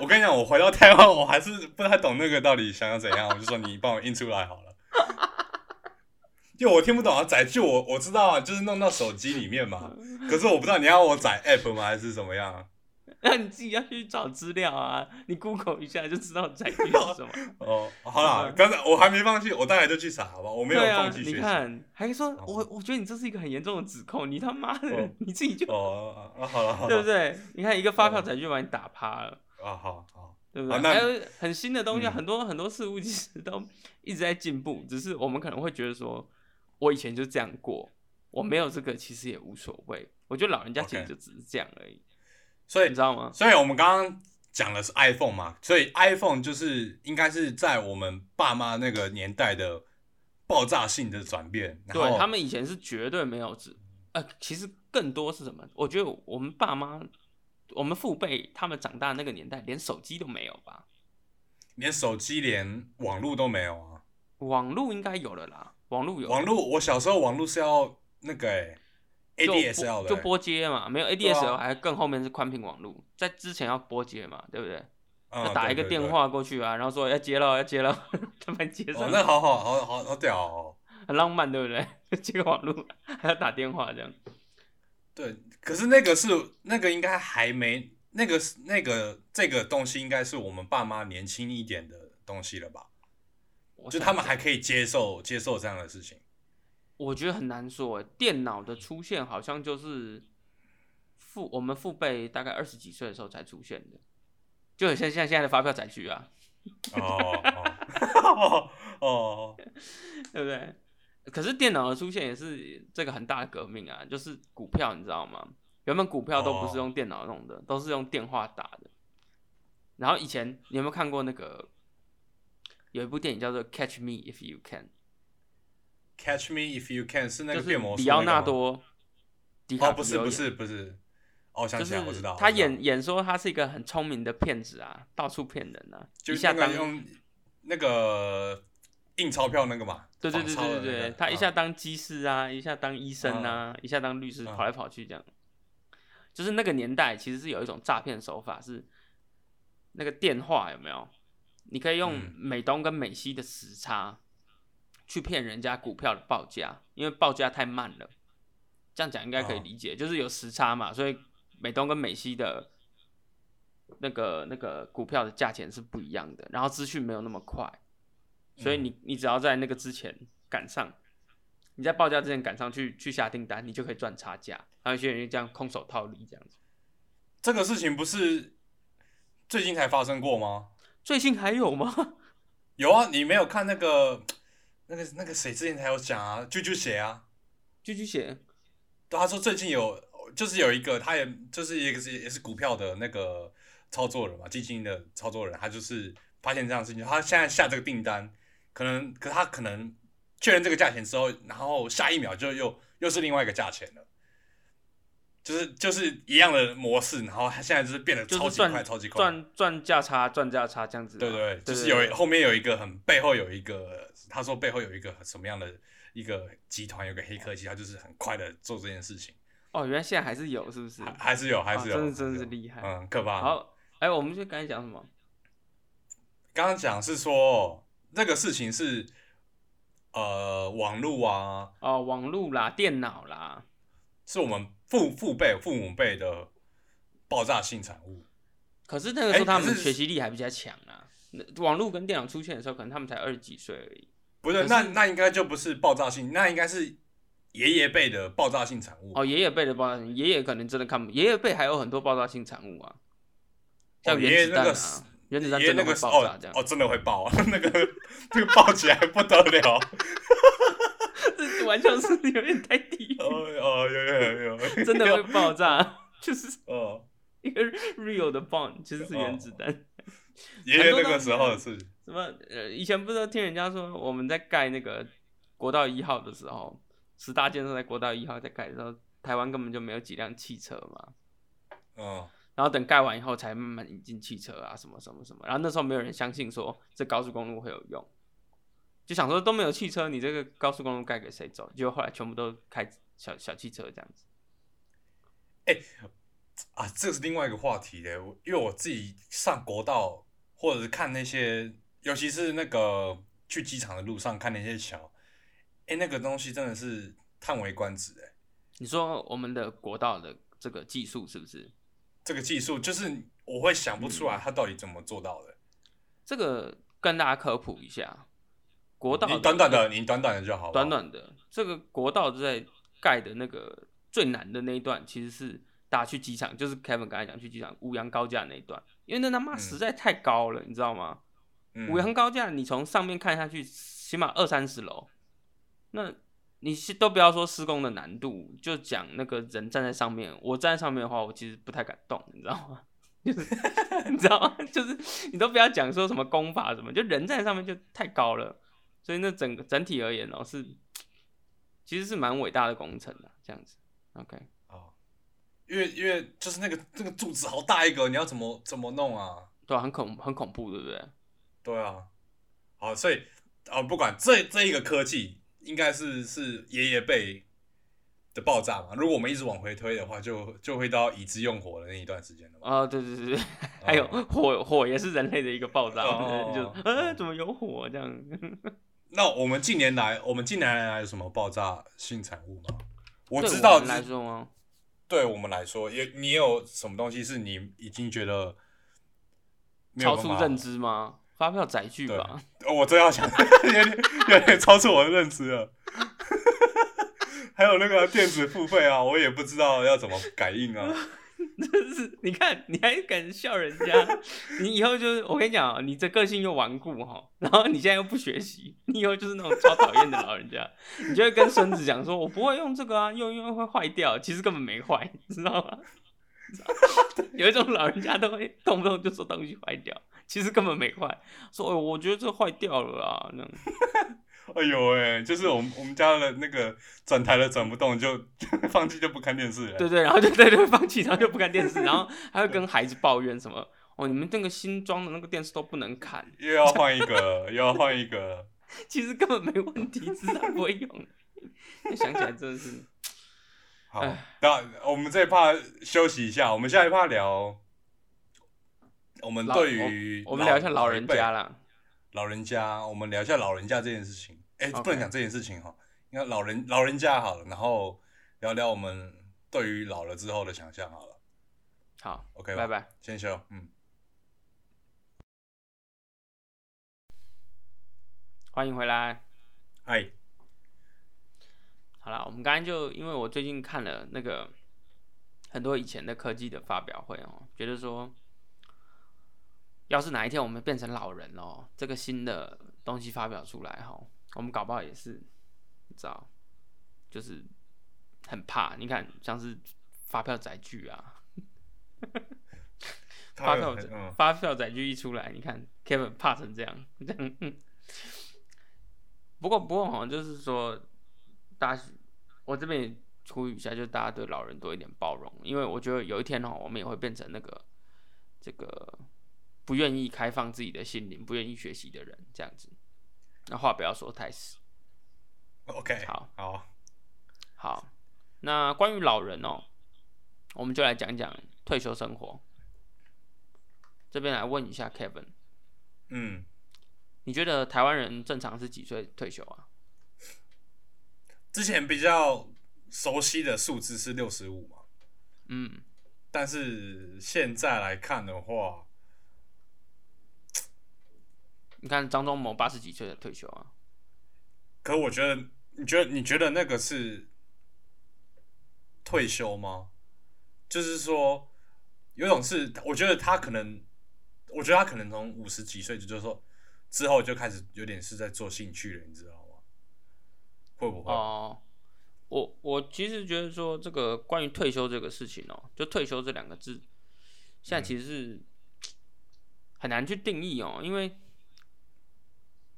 Speaker 2: 我跟你讲，我回到台湾，我还是不太懂那个到底想要怎样，我就说你帮我印出来好了。 因为我听不懂啊，载具我我知道啊，就是弄到手机里 面嘛。可是我不知道你要我载 app 吗，还是怎么样啊？
Speaker 1: 那 你自己要去找资料啊，你 Google 一下就知道载具是什么。
Speaker 2: 哦，好啦，刚才我还没放弃，我待会就去查，好吧？我没有
Speaker 1: 对啊
Speaker 2: 放，弃
Speaker 1: 你
Speaker 2: 学习。
Speaker 1: 看，还说
Speaker 2: 好
Speaker 1: 我，我觉得你这是一个很严重的指控，你他妈的
Speaker 2: 哦，
Speaker 1: 你自己就
Speaker 2: 哦，啊好了，好了，
Speaker 1: 对不对？你看一个发票载具把你打趴了，
Speaker 2: 啊，好好，
Speaker 1: 对不对？
Speaker 2: 好那
Speaker 1: 还有很新的东西啊，
Speaker 2: 嗯
Speaker 1: 很多很多事物其实都一直在进步，只是我们可能会觉得说，我以前就这样过，我没有这个其实也无所谓。我觉得老人家其实
Speaker 2: OK
Speaker 1: 就只是这样而已，
Speaker 2: 所
Speaker 1: 你
Speaker 2: 以
Speaker 1: 知道吗？
Speaker 2: 所以我们刚刚讲的是 iPhone 嘛，所以 iPhone 就是应该是在我们爸妈那个年代的爆炸性的转变，然
Speaker 1: 对
Speaker 2: 后
Speaker 1: 他们以前是绝对没有纸，呃，其实更多是什么？我觉得我们爸妈，我们父辈他们长大那个年代，连手机都没有吧？
Speaker 2: 连手机连网络都没有啊，
Speaker 1: 网络应该有了啦，网络有
Speaker 2: 网络我小时候网络是要那个哎、
Speaker 1: 就
Speaker 2: ADSL 的、欸
Speaker 1: 就拨接嘛，没有
Speaker 2: 对啊
Speaker 1: ADSL 还更后面是宽频网络，在之前要拨接嘛，对不对？
Speaker 2: 嗯
Speaker 1: 要打一个电。话过去啊，然后说要接了要接 了，他们接
Speaker 2: 对对对哦
Speaker 1: 上，，
Speaker 2: 那好好好好好屌哦！
Speaker 1: 很浪漫，对不对？ 接个网络还要打电话这样，
Speaker 2: 对，可是那个是那个应该还没那个是那个这个东西应该是我们爸妈年轻一点的东西了吧？
Speaker 1: 我
Speaker 2: 就
Speaker 1: 想
Speaker 2: 他们还可以接受接受这样的事情。
Speaker 1: 我觉得很难说欸，电脑的出现好像就是父我们父辈大概二十几岁的时候才出现的，就很像像现在的发票载具啊，
Speaker 2: 哦哦，
Speaker 1: 对不对？可是电脑的出现也是这个很大的革命啊，就是股票，你知道吗？原本股票都不是
Speaker 2: 哦
Speaker 1: 用电脑弄的，都是用电话打的。然后以前你有没有看过那个有一部电影叫做《Catch Me If You Can
Speaker 2: Catch me if you can 是》，那
Speaker 1: 就
Speaker 2: 个
Speaker 1: 是
Speaker 2: 变魔术
Speaker 1: 里
Speaker 2: 那
Speaker 1: 奥
Speaker 2: 个吗
Speaker 1: 纳多、迪卡
Speaker 2: 哦，
Speaker 1: 皮
Speaker 2: 不是
Speaker 1: 尤
Speaker 2: 不
Speaker 1: 演
Speaker 2: 是不是，哦，我想
Speaker 1: 就
Speaker 2: 起
Speaker 1: 是
Speaker 2: 来，我知道，
Speaker 1: 他
Speaker 2: 我知道
Speaker 1: 演演说他是一个很聪明的骗子啊，到处骗人啊，
Speaker 2: 就
Speaker 1: 一下
Speaker 2: 那
Speaker 1: 当
Speaker 2: 个用那个印钞票那个嘛，
Speaker 1: 对对
Speaker 2: 仿
Speaker 1: 对
Speaker 2: 钞的
Speaker 1: 对对
Speaker 2: 那个嗯
Speaker 1: 对，他一下当技师啊，一下当医生啊，一下当律师，
Speaker 2: 嗯
Speaker 1: 跑来跑去这样。就是那个年代，其实是有一种诈骗手法是那个电话有没有？你可以用
Speaker 2: 嗯
Speaker 1: 美东跟美西的时差去骗人家股票的报价，因为报价太慢了。这样讲应该可以
Speaker 2: 哦
Speaker 1: 理解，就是有时差嘛，所以美东跟美西的那个那个股票的价钱是不一样的，然后资讯没有那么快，所以
Speaker 2: 嗯
Speaker 1: 你你只要在那个之前赶上，你在报价之前赶上去去下订单，你就可以赚差价。然后有些人就这样空手套利这样子。
Speaker 2: 这个事情不是最近才发生过吗？
Speaker 1: 最近还有吗？
Speaker 2: 有啊，你没有看那个那个那个谁之前才有讲啊，啾啾鞋啊，
Speaker 1: 就去写
Speaker 2: 对，他说最近有就是有一个，他也就是一个是也是股票的那个操作人嘛，基金的操作人，他就是发现这样的事情，他现在下这个订单，可能可他可能确认这个价钱之后，然后下一秒就又又是另外一个价钱了。就是就是一样的模式，然后他现在就是变得
Speaker 1: 就
Speaker 2: 超
Speaker 1: 是
Speaker 2: 级
Speaker 1: 赚
Speaker 2: 快，超级快，
Speaker 1: 赚赚价差，赚价差这样子嘛。
Speaker 2: 对对，
Speaker 1: 对，
Speaker 2: 就是
Speaker 1: 对
Speaker 2: 有
Speaker 1: 对
Speaker 2: 后面有一个很背后有一个，他说背后有一个什么样的一个集团，有个黑科技，他就是很快的做这件事情，
Speaker 1: 哦，原来现在还是有，是不是？
Speaker 2: 还还是有，还是
Speaker 1: 嗯啊
Speaker 2: 有，
Speaker 1: 真的真的是
Speaker 2: 还有
Speaker 1: 厉害
Speaker 2: 嗯，可怕。
Speaker 1: 好，哎、我们就刚才讲什么？
Speaker 2: 刚刚讲是说这个事情是呃网络啊，
Speaker 1: 哦，网络啦，电脑啦，
Speaker 2: 是我们父父辈父母辈的爆炸性产物，
Speaker 1: 可是那个时候
Speaker 2: 哎
Speaker 1: 他
Speaker 2: 可
Speaker 1: 们
Speaker 2: 是
Speaker 1: 学习力还比较强啊。那网络跟电脑出现的时候，可能他们才二十几岁而已。
Speaker 2: 不
Speaker 1: 可
Speaker 2: 是？
Speaker 1: 是
Speaker 2: 那那应该就不是爆炸性，那应该是爷爷辈的爆炸性产物。
Speaker 1: 哦，爷爷辈的爆炸性，爷爷可能真的看不，爷爷辈还有很多爆炸性产物啊，像
Speaker 2: 爷爷
Speaker 1: 原子
Speaker 2: 那
Speaker 1: 弹
Speaker 2: 个
Speaker 1: 啊，
Speaker 2: 是
Speaker 1: 原子弹
Speaker 2: 哦爷爷
Speaker 1: 真的
Speaker 2: 那个
Speaker 1: 会
Speaker 2: 是
Speaker 1: 爆炸这样
Speaker 2: 哦，哦，真的会爆， 那个那个爆起来不得了，
Speaker 1: 这完全是有点太低，
Speaker 2: 哦哦，有有有有，
Speaker 1: 真的会爆炸，就是
Speaker 2: 哦，
Speaker 1: 一个 real 的 bomb，其实是原子弹。
Speaker 2: 爷爷那个时候是
Speaker 1: 什么呃，以前不是都听人家说，我们在盖那个国道一号的时候，十大建设在国道一号在盖的时候，台湾根本就没有几辆汽车嘛。
Speaker 2: 嗯，
Speaker 1: 然后等盖完以后才慢慢引进汽车啊，什么什么什么。然后那时候没有人相信说这高速公路会有用，就想说都没有汽车，你这个高速公路盖给谁走？结果后来全部都开小小汽车这样子。
Speaker 2: 哎啊，这是另外一个话题嘞，我因为我自己上国道或者是看那些，尤其是那个去机场的路上看那些桥，哎，那个东西真的是叹为观止哎。
Speaker 1: 你说我们的国道的这个技术是不是？
Speaker 2: 这个技术就是我会想不出
Speaker 1: 嗯
Speaker 2: 来他到底怎么做到的。
Speaker 1: 这个跟大家科普一下，国道
Speaker 2: 你短短的，你短短的就好了。
Speaker 1: 短短的这个国道在盖的那个最难的那一段，其实是大家去机场，就是 Kevin 刚才讲去机场乌阳高架那一段，因为那他妈
Speaker 2: 嗯
Speaker 1: 实在太高了，你知道吗？五
Speaker 2: 嗯，
Speaker 1: 羊高架，你从上面看下去，起码二三十楼。那你是都不要说施工的难度，就讲那个人站在上面，我站在上面的话，我其实不太敢动，你知道吗？就是你知道吗？就是你都不要讲说什么功法什么，就人站在上面就太高了。所以那整个整体而言哦、是其实是蛮伟大的工程的、这样子。OK，
Speaker 2: 好，因为因为就是那个那个柱子好大一个，你要怎么怎么弄啊？
Speaker 1: 对、啊，很恐很恐怖，对不对？
Speaker 2: 对啊，好，所以啊、不管这这一个科技应该是是爷爷辈的爆炸嘛。如果我们一直往回推的话，就就会到已知用火的那一段时间了嘛。
Speaker 1: 啊、对对对对，还有
Speaker 2: 哦
Speaker 1: 火火也是人类的一个爆炸，
Speaker 2: 哦
Speaker 1: 就
Speaker 2: 哦
Speaker 1: 呃
Speaker 2: 哦
Speaker 1: 怎么有火这样？
Speaker 2: 那我们近年来，我们近年来有什么爆炸性产物吗？我
Speaker 1: 对
Speaker 2: 知道
Speaker 1: 们
Speaker 2: 只
Speaker 1: 来
Speaker 2: 是
Speaker 1: 说吗？
Speaker 2: 对我们来说，也你有什么东西是你已经觉得没有
Speaker 1: 超
Speaker 2: 办
Speaker 1: 出
Speaker 2: 法
Speaker 1: 认？知吗？发票载具
Speaker 2: 对
Speaker 1: 吧，
Speaker 2: 哦我真要想， 有点有点超出我的认知了。 还有那个电子付费啊，我也不知道要怎么改印啊。
Speaker 1: 真是你看你还敢笑人家，你以后就是我跟你讲、哦，你这个性又顽固哈、然后你现在又不学习，你以后就是那种超讨厌的老人家，你就会跟孙子讲说，我不会用这个啊，用一用会坏掉，其实根本没坏，你知道吗？ 有一种老人家都会动不动就说东西坏掉，其实根本没坏，说、哎我觉得这坏掉了啊，那样
Speaker 2: 哎呦哎、就是我们我们家的那个转台的转不动，就 放弃就不看电视了。
Speaker 1: 对对，然后就对对放弃，然后就不看电视，然后还会跟孩子抱怨什么哦，你们那个新装的那个电视都不能看，
Speaker 2: 又要换一个，又要换一个。
Speaker 1: 其实根本没问题，只是他不会用。 想起来真的是
Speaker 2: 好，
Speaker 1: 哎
Speaker 2: 那我们这一趴休息一下，我们下一趴聊。我们
Speaker 1: 老
Speaker 2: 对于
Speaker 1: 我们聊一下老
Speaker 2: 一
Speaker 1: 人
Speaker 2: 辈
Speaker 1: 家啦，
Speaker 2: 老人家，我们聊一下老人家这件事情。哎、
Speaker 1: OK
Speaker 2: 不能讲这件事情哈，应该老人老人家好了，然后聊聊我们对于老了之后的想象好了。
Speaker 1: 好
Speaker 2: OK 吧
Speaker 1: 拜拜。
Speaker 2: 先休，嗯，
Speaker 1: 欢迎回来。
Speaker 2: 哎，
Speaker 1: 好啦，我们刚才就因为我最近看了那个很多以前的科技的发表会哦，觉得说，要是哪一天我们变成老人哦，这个新的东西发表出来哈、哦，我们搞不好也是，你知道，就是很怕。你看，像是发票载具啊，发
Speaker 2: 他
Speaker 1: 票
Speaker 2: 有
Speaker 1: 载
Speaker 2: 嗯，
Speaker 1: 发票载具一出来，你看 Kevin 怕成这样，这样。嗯不过不过好像就是说，大家我这边也呼吁一下，就是大家对老人多一点包容，因为我觉得有一天哦，我们也会变成那个这个不愿意开放自己的心灵、不愿意学习的人这样子。那话不要说太死。
Speaker 2: OK，
Speaker 1: 好，
Speaker 2: 好，
Speaker 1: 好，那关于老人哦，我们就来讲讲退休生活。这边来问一下 Kevin，
Speaker 2: 嗯，
Speaker 1: 你觉得台湾人正常是几岁退休啊？
Speaker 2: 之前比较熟悉的数字是六十五嘛，
Speaker 1: 嗯，
Speaker 2: 但是现在来看的话，
Speaker 1: 你看张忠谋八十几岁的退休啊，
Speaker 2: 可我觉得，你觉得你觉得那个是退休吗？就是说，有种是，我觉得他可能，我觉得他可能从五十几岁就就是说之后就开始有点是在做兴趣了，你知道吗？会不会？
Speaker 1: 哦，我我其实觉得说这个关于退休这个事情哦，就退休这两个字，现在其实是嘖很难去定义哦，因为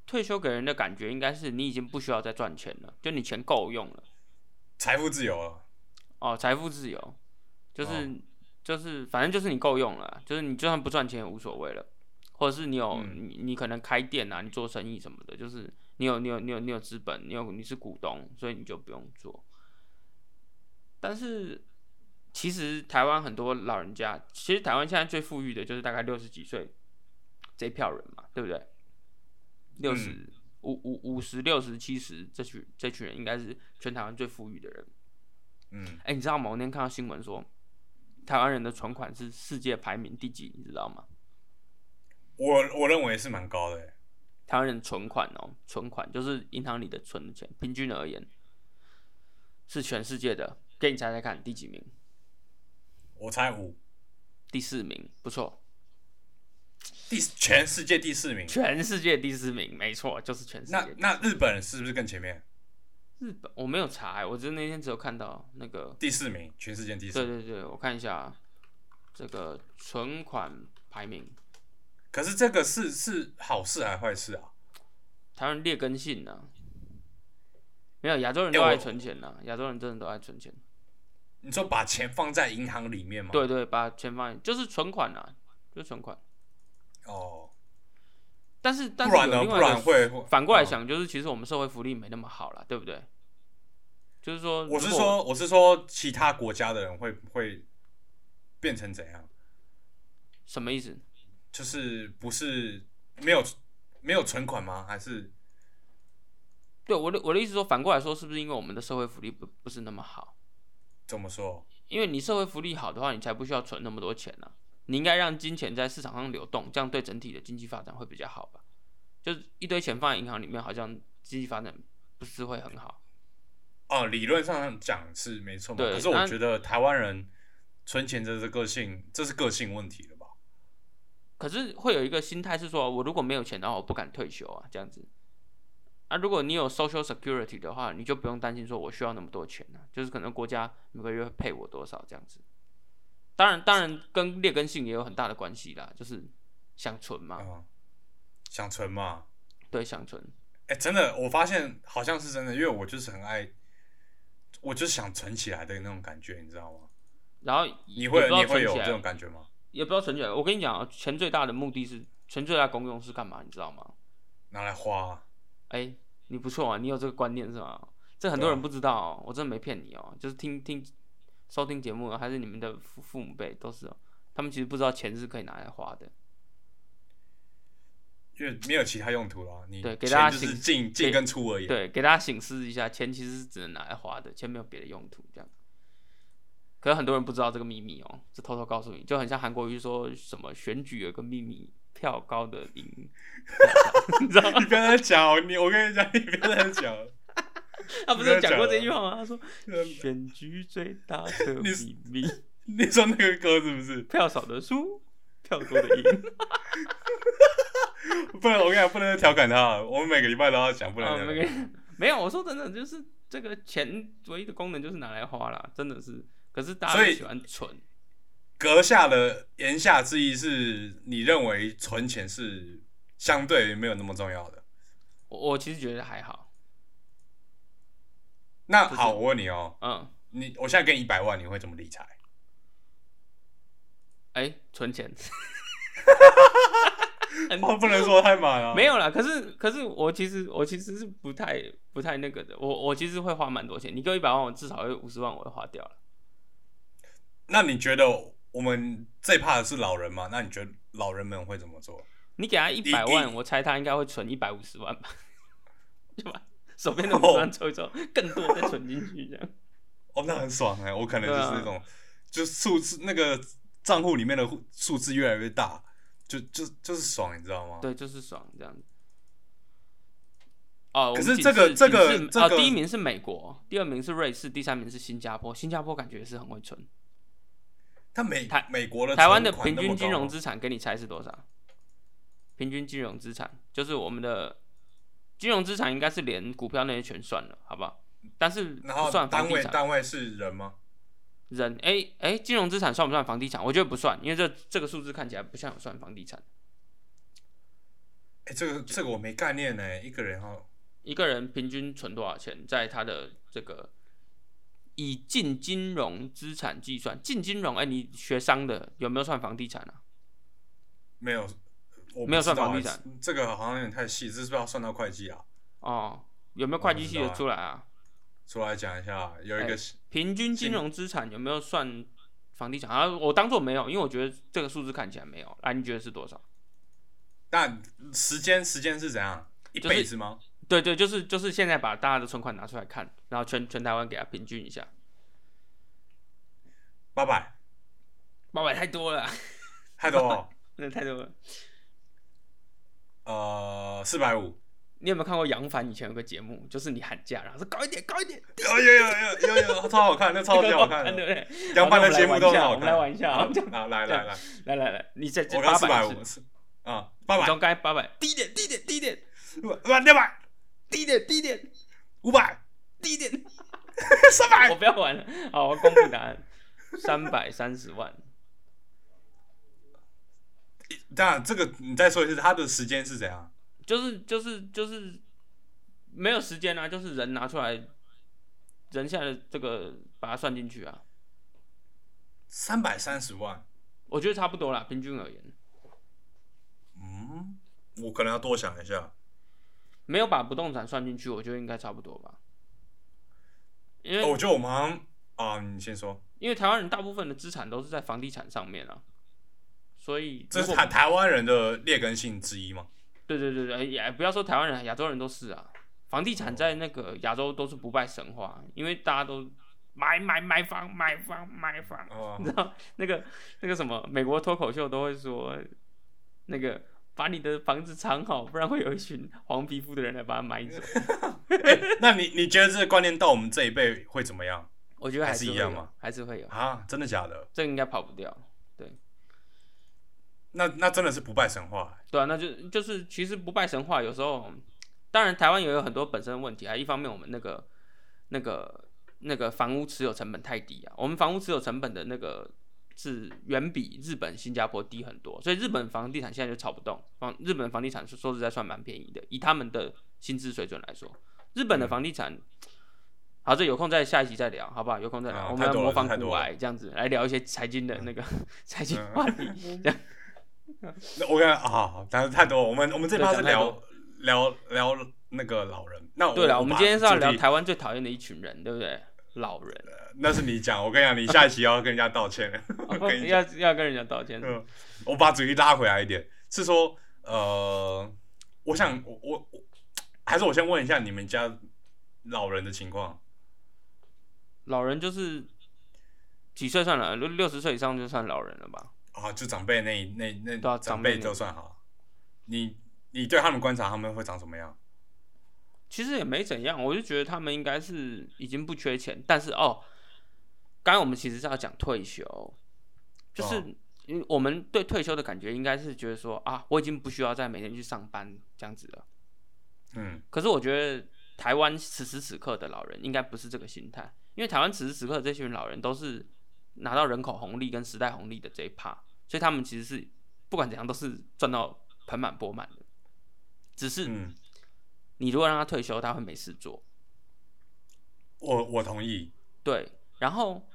Speaker 1: 退休给人的感觉应该是你已经不需要再赚钱了，就你钱够用了
Speaker 2: 财富自由啊了，
Speaker 1: 哦，财富自由，就是、
Speaker 2: 哦
Speaker 1: 就是反正就是你够用了，就是你就算不赚钱也无所谓了，或者是你有、
Speaker 2: 嗯
Speaker 1: 你你可能开店啊，你做生意什么的，就是你有你有你有你有资本，你有你是股东，所以你就不用做。但是其实台湾很多老人家，其实台湾现在最富裕的就是大概六十几岁这一票人嘛，对不对？六十、
Speaker 2: 嗯
Speaker 1: 五五五十六十七十这群这群人应该是全台湾最富裕的人。
Speaker 2: 嗯，
Speaker 1: 哎、你知道吗？我那天看到新闻说，台湾人的存款是世界排名第几，你知道吗？
Speaker 2: 我我认为是蛮高的欸，
Speaker 1: 台湾人存款哦，存款就是银行里的存的钱，平均而言是全世界的。给你猜猜看，第几名？
Speaker 2: 我猜五，
Speaker 1: 第四名，不错，
Speaker 2: 第全世界第四名。
Speaker 1: 全世界第四名，没错，就是全世
Speaker 2: 那
Speaker 1: 界。
Speaker 2: 那日本是不是更前面？
Speaker 1: 日本我没有查、哎，我只是那天只有看到那个，
Speaker 2: 第四名，全世界第四
Speaker 1: 对
Speaker 2: 名。
Speaker 1: 对对，我看一下啊这个存款排名，
Speaker 2: 可是这个是是好事还是坏事啊？
Speaker 1: 台湾劣根性呢、没有亚洲人都
Speaker 2: 哎我
Speaker 1: 爱存钱呢、亚洲人真的都爱存钱。
Speaker 2: 你说把钱放在银行里面吗？，
Speaker 1: 对对，把钱放就是存款啊，就是存款。
Speaker 2: 哦，
Speaker 1: 但是但
Speaker 2: 不
Speaker 1: 是
Speaker 2: 然
Speaker 1: 有
Speaker 2: 呢？
Speaker 1: 另
Speaker 2: 不
Speaker 1: 外一个
Speaker 2: 然会会
Speaker 1: 反过来
Speaker 2: 嗯
Speaker 1: 想，就是其实我们社会福利没那么好了，对不对？就是说，
Speaker 2: 我是
Speaker 1: 如果，
Speaker 2: 说，我是说，其他国家的人会会变成怎样？
Speaker 1: 什么意思？
Speaker 2: 就是不是没有没有存款吗？还是
Speaker 1: 对我的我的意思说，反过来说，是不是因为我们的社会福利不不是那么好？
Speaker 2: 怎么说？
Speaker 1: 因为你社会福利好的话，你才不需要存那么多钱呢、你应该让金钱在市场上流动，这样对整体的经济发展会比较好吧？就是一堆钱放在银行里面，好像经济发展不是会很好。
Speaker 2: 哦，理论上讲是没错嘛。
Speaker 1: 对
Speaker 2: 可是我
Speaker 1: 那
Speaker 2: 觉得台湾人存钱这是个性，这是个性问题了吧？
Speaker 1: 可是会有一个心态是说，我如果没有钱的话，我不敢退休啊，这样子。啊，如果你有 Social Security 的话，你就不用担心说我需要那么多钱啊，就是可能国家每个月会配我多少这样子。当然，当然跟劣根性也有很大的关系啦，就是想存嘛，
Speaker 2: 嗯，想存嘛？
Speaker 1: 对，想存。
Speaker 2: 哎、真的，我发现好像是真的，因为我就是很爱，我就是想存起来的那种感觉，你知道吗？
Speaker 1: 然后
Speaker 2: 你
Speaker 1: 也
Speaker 2: 会
Speaker 1: 不知道
Speaker 2: 你会
Speaker 1: 存
Speaker 2: 有
Speaker 1: 起来
Speaker 2: 这种感觉吗？
Speaker 1: 也不知道存起来。我跟你讲啊，钱最大的目的是钱最大的功用是干嘛？你知道吗？
Speaker 2: 拿来花啊、
Speaker 1: 哎、你不错啊，你有这个观念是吧？这很多
Speaker 2: 对啊
Speaker 1: 人不知道、哦，我真的没骗你哦，就是听听收听节目的还是你们的父父母辈都是、哦，他们其实不知道钱是可以拿来花的。
Speaker 2: 因为没有其他用途了，啊你
Speaker 1: 对给
Speaker 2: 钱
Speaker 1: 大家
Speaker 2: 就是
Speaker 1: 醒
Speaker 2: 进进
Speaker 1: 给
Speaker 2: 跟出而已。啊
Speaker 1: 对，给大家醒思一下，钱其实是只能拿来花的，钱没有别的用途，这样。可是很多人不知道这个秘密哦，就偷偷告诉你，就很像韩国瑜说什么选举有个秘密跳高的铃， 你知道吗
Speaker 2: 你？不要再讲哦，你我跟你讲，你不要再讲了，
Speaker 1: 他不是有讲过这句话吗？他说
Speaker 2: 嗯
Speaker 1: 选举最大的
Speaker 2: 你是
Speaker 1: 秘密，
Speaker 2: 你说那个歌是不是？
Speaker 1: 票少的输， 票多的赢。
Speaker 2: 不能，我跟你讲，不能再调侃他了。我们每个礼拜都要 讲，不能
Speaker 1: 啊，
Speaker 2: 再调
Speaker 1: 没
Speaker 2: 侃。
Speaker 1: 有 没有，我说真的，就是这个钱唯一的功能就是拿来花啦，真的是。可是大家
Speaker 2: 所
Speaker 1: 都
Speaker 2: 以
Speaker 1: 喜欢存，
Speaker 2: 阁下的言下之意是你认为存钱是相对没有那么重要的。
Speaker 1: 我我其实觉得还好，
Speaker 2: 那
Speaker 1: 是
Speaker 2: 好，我问你哦，
Speaker 1: 嗯，
Speaker 2: 你我现在给你一百万，你会怎么理财？
Speaker 1: 哎、存 钱
Speaker 2: 我哦不能说太满啊。
Speaker 1: 嗯没，有啦。可是可是我其实我其实是不太不太那个的，我我其实会花蛮多钱。你给我一百万，我至少有五十万我会花掉了。
Speaker 2: 那你觉得我们最怕的是老人吗？那你觉得老人们会怎么做？
Speaker 1: 你给他一
Speaker 2: 你
Speaker 1: 百万，我猜他应该会存一百五十万吧， 就把手边的五十万抽一抽，更多再存进去这样。
Speaker 2: 哦，那很爽哎、我可能就
Speaker 1: 对啊
Speaker 2: 是那种，就数字那个账户里面的户数字越来越大，就就就是爽，你知道吗？
Speaker 1: 对，就是爽这样子。哦，我
Speaker 2: 可
Speaker 1: 们
Speaker 2: 是
Speaker 1: 仅
Speaker 2: 这个
Speaker 1: 是
Speaker 2: 这
Speaker 1: 仅
Speaker 2: 个
Speaker 1: 是
Speaker 2: 这
Speaker 1: 哦，
Speaker 2: 个
Speaker 1: 第一名是美国，第二名是瑞士，第三名是新加坡。新加坡感觉也是很会存。
Speaker 2: 但美
Speaker 1: 台
Speaker 2: 美国的
Speaker 1: 台湾的
Speaker 2: 存
Speaker 1: 平
Speaker 2: 款那么
Speaker 1: 均金
Speaker 2: 高啊
Speaker 1: 融
Speaker 2: 吗
Speaker 1: 资产，给你猜是多少？平均金融资产就是我们的金融资产，应该是连股票那些全算了，好不好？但是
Speaker 2: 然
Speaker 1: 不
Speaker 2: 后
Speaker 1: 算
Speaker 2: 单
Speaker 1: 房地
Speaker 2: 位
Speaker 1: 产。
Speaker 2: 单位是人吗？
Speaker 1: 人哎哎、金融资产算不算房地产？我觉得不算，因为这这个数字看起来不像有算房地产。
Speaker 2: 哎、这个这个我没概念呢、一个人哦，
Speaker 1: 一个人平均存多少钱，在他的这个以净金融资产计算，净金融，哎、你学商的有没有算房地产啊？
Speaker 2: 没有，我不
Speaker 1: 没有算
Speaker 2: 知道
Speaker 1: 房地
Speaker 2: 欸
Speaker 1: 产，
Speaker 2: 这个好像有点太细，这是不是要算到会计啊？
Speaker 1: 哦，有没有会计系的出来啊？
Speaker 2: 出来讲一下，有一个
Speaker 1: 哎平均金融资产有没有算房地产啊？我当做没有，因为我觉得这个数字看起来没有。啊，你觉得是多少？
Speaker 2: 那时间时间是怎样？一
Speaker 1: 就是
Speaker 2: 辈子吗？
Speaker 1: 对对，就是就是现在把大家的存款拿出来看，然后全全台湾给它平均一下，
Speaker 2: 八百
Speaker 1: 八百太多了啊，
Speaker 2: 太 多了，
Speaker 1: 那太多了。
Speaker 2: 呃，四百五。
Speaker 1: 你有没有看过杨凡以前有个节目，就是你喊价，然后说高一点，高一点，
Speaker 2: 有有有有有有，超好看，那超级好看
Speaker 1: 对不
Speaker 2: 的。
Speaker 1: 对？
Speaker 2: 杨
Speaker 1: 好
Speaker 2: 帆
Speaker 1: 那我
Speaker 2: 的
Speaker 1: 们
Speaker 2: 节目都很
Speaker 1: 我
Speaker 2: 好
Speaker 1: 们
Speaker 2: 看。
Speaker 1: 来玩一下
Speaker 2: 好
Speaker 1: 我们来玩一下
Speaker 2: 好来来来，
Speaker 1: 来来来，你再这
Speaker 2: 我刚四
Speaker 1: 百
Speaker 2: 百
Speaker 1: 是
Speaker 2: 五，是啊，八
Speaker 1: 你
Speaker 2: 百
Speaker 1: 从，刚才八百，低一点，低一点，低一点，
Speaker 2: 哇，六百，
Speaker 1: 低一点，低一点，
Speaker 2: 五百，
Speaker 1: 低一点，
Speaker 2: 三百
Speaker 1: 哎我，不要玩了。好，我公布答案， 三百三十万。
Speaker 2: 当然，这个你再说一次，它的时间是怎样？
Speaker 1: 就是就是就是没有时间啊，就是人拿出来，人下的这个把它算进去啊，
Speaker 2: 三百三十万。
Speaker 1: 我觉得差不多啦，平均而言，
Speaker 2: 嗯，我可能要多想一下。
Speaker 1: 没有把不动产算进去，我觉得应该差不多吧。因
Speaker 2: 哦
Speaker 1: 为、
Speaker 2: 我觉得我们好像啊，你先说，
Speaker 1: 因为台湾人大部分的资产都是在房地产上面啊，所以
Speaker 2: 这
Speaker 1: 如
Speaker 2: 是
Speaker 1: 果
Speaker 2: 台台湾人的劣根性之一吗？
Speaker 1: 对对对对，也不要说台湾人，亚洲人都是啊，房地
Speaker 2: 哦
Speaker 1: 产在那个亚洲都是不败神话，因为大家都买买买房买房买房，
Speaker 2: 啊
Speaker 1: 你知道那个那个什么美国脱口秀都会说，那个把你的房子藏好，不然会有一群黄皮肤的人来把它买 走。
Speaker 2: 欸那你你觉得这个观念到我们这一辈会怎么样
Speaker 1: 我觉得
Speaker 2: 还
Speaker 1: 是
Speaker 2: 是
Speaker 1: 会
Speaker 2: 一样
Speaker 1: 有
Speaker 2: 吗？
Speaker 1: 还是会有，
Speaker 2: 啊？真的假的？
Speaker 1: 这个应该跑不掉。
Speaker 2: 那那真的是不败神话、
Speaker 1: 对啊，那就就是其实不败神话有时候，当然台湾也有很多本身的问题啊。一方面我们那个那个那个房屋持有成本太低啊，我们房屋持有成本的那个是远比日本、新加坡低很多，所以日本房地产现在就炒不动。房日本房地产说说实在算蛮便宜的，以他们的薪资水准来说，日
Speaker 2: 嗯
Speaker 1: 本的房地产。好，这有空再下一集再聊，好不好？有空再聊，
Speaker 2: 啊
Speaker 1: 我们
Speaker 2: 太
Speaker 1: 要
Speaker 2: 多了
Speaker 1: 模仿
Speaker 2: 太多
Speaker 1: 古
Speaker 2: 了嗯
Speaker 1: 癌这样子来聊一些财经的那个 财经话题。
Speaker 2: 那我看啊，但是太多了，我们我们这趴是
Speaker 1: 对讲太
Speaker 2: 聊
Speaker 1: 多
Speaker 2: 聊聊那个老人。那我
Speaker 1: 对了，我们今天是要聊
Speaker 2: 主题
Speaker 1: 台湾最讨厌的一群人，对不对？老人，
Speaker 2: 那是你讲，我跟你讲，你下一期要跟人家道歉 了。 我
Speaker 1: 哦
Speaker 2: 跟你讲，
Speaker 1: 要要跟人家道歉。
Speaker 2: 嗯我把主题拉回来一点，是说呃，我想我我我还是我先问一下你们家老人的情况。
Speaker 1: 老人就是几岁算老人？六六十岁以上就算老人了吧？
Speaker 2: 啊，就长辈那一那那
Speaker 1: 对啊
Speaker 2: 长
Speaker 1: 长
Speaker 2: 辈
Speaker 1: 辈
Speaker 2: 都算好你你对他们观察，他们会长什么样？
Speaker 1: 其实也没怎样，我就觉得他们应该是已经不缺钱，但是哦，刚刚我们其实是要讲退休，就是
Speaker 2: 哦
Speaker 1: 嗯我们对退休的感觉应该是觉得说啊，我已经不需要再每天去上班这样子了。
Speaker 2: 嗯，
Speaker 1: 可是我觉得台湾此时此刻的老人应该不是这个心态，因为台湾此时此刻的这群老人都是拿到人口红利跟时代红利的这一趴，所以他们其实是不管怎样都是赚到盆满钵满的。只是
Speaker 2: 嗯，
Speaker 1: 你如果让他退休，他会没事做。
Speaker 2: 我我同意。
Speaker 1: 对，然后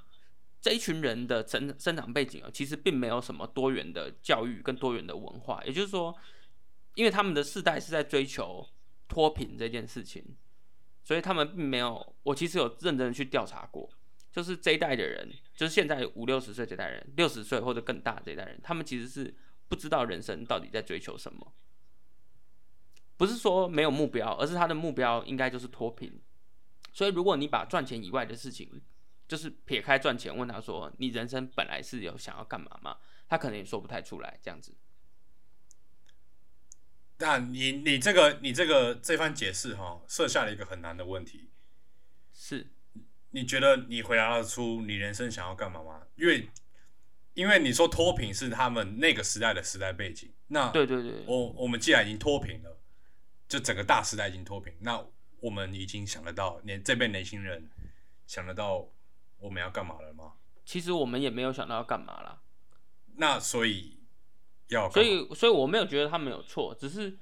Speaker 1: 这一群人的成生长背景啊，其实并没有什么多元的教育跟多元的文化，也就是说，因为他们的世代是在追求脱贫这件事情，所以他们并没有。我其实有认真的去调查过，就是这一代的人，就是现在五六十岁这代人，六十岁或者更大这一代人，他们其实是不知道人生到底在追求什么。不是说没有目标，而是他的目标应该就是脱贫。所以如果你把赚钱以外的事情，就是撇开赚钱，问他说你人生本来是有想要干嘛吗？他可能也说不太出来这样子。
Speaker 2: 那你你这个你这个这番解释哈、设下了一个很难的问题。
Speaker 1: 是，
Speaker 2: 你觉得你回答得出你人生想要干嘛吗？因为因为你说脱贫是他们那个时代的时代背景，那
Speaker 1: 对对对，
Speaker 2: 我我们既然已经脱贫了，就整个大时代已经脱贫，那我们已经想得到年这辈年轻人想得到我们要干嘛了吗？
Speaker 1: 其实我们也没有想到要干嘛啦，
Speaker 2: 那所以要
Speaker 1: 所
Speaker 2: 干嘛
Speaker 1: 以所以我没有觉得他们有错，只是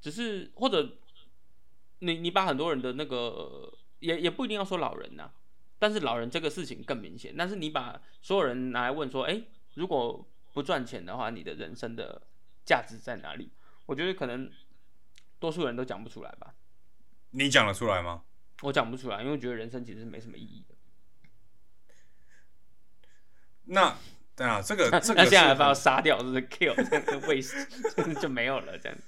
Speaker 1: 只是或者你你把很多人的那个也也不一定要说老人呐、但是老人这个事情更明显。但是你把所有人拿来问说，哎、如果不赚钱的话，你的人生的价值在哪里？我觉得可能多数人都讲不出来吧。
Speaker 2: 你讲得出来吗？
Speaker 1: 我讲不出来，因为我觉得人生其实是没什么意义的。
Speaker 2: 那对啊，这个 这
Speaker 1: 那现
Speaker 2: 个
Speaker 1: 在还
Speaker 2: 是
Speaker 1: 把我
Speaker 2: 很
Speaker 1: 杀掉，就是 kill，这样就 waste 就是就没有了这样。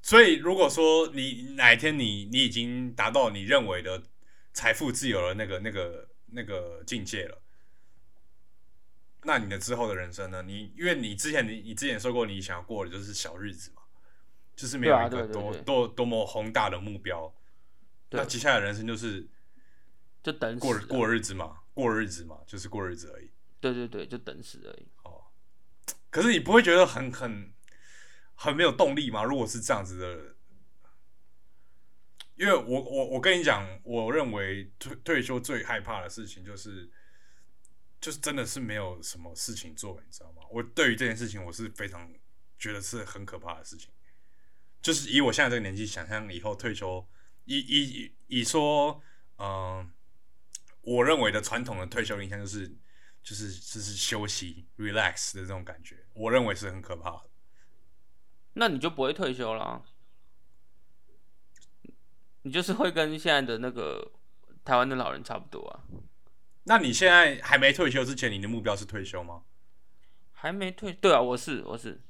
Speaker 2: 所以如果说你哪一天你你已经达到你认为的财富自由的那个那个那个境界了，那你的之后的人生呢？你因为你之前你你之前说过你想要过的就是小日子嘛，就是没有
Speaker 1: 对啊
Speaker 2: 一个
Speaker 1: 对对
Speaker 2: 多、
Speaker 1: 对
Speaker 2: 多多么宏大的目标，
Speaker 1: 对啊
Speaker 2: 那接下来的人生就是
Speaker 1: 就等死
Speaker 2: 过
Speaker 1: 了。
Speaker 2: 过日子嘛，过日子嘛，就是过日子而已。
Speaker 1: 对对对，就等死而已。
Speaker 2: 可是你不会觉得很很很没有动力吗？如果是这样子的，因为我我我跟你讲，我认为退退休最害怕的事情就是，就是真的是没有什么事情做，你知道吗？我对于这件事情，我是非常觉得是很可怕的事情。就是以我现在这个年纪，想象以后退休，以以以以说，嗯、我认为的传统的退休印象就是就是就是休息 relax 的这种感觉，我认为是很可怕的。
Speaker 1: 那你就不会退休啦，你就是会跟现在的那个台湾的老人差不多啊。
Speaker 2: 那你现在还没退休之前，你的目标是退休吗？
Speaker 1: 还没退，对啊，我是我是，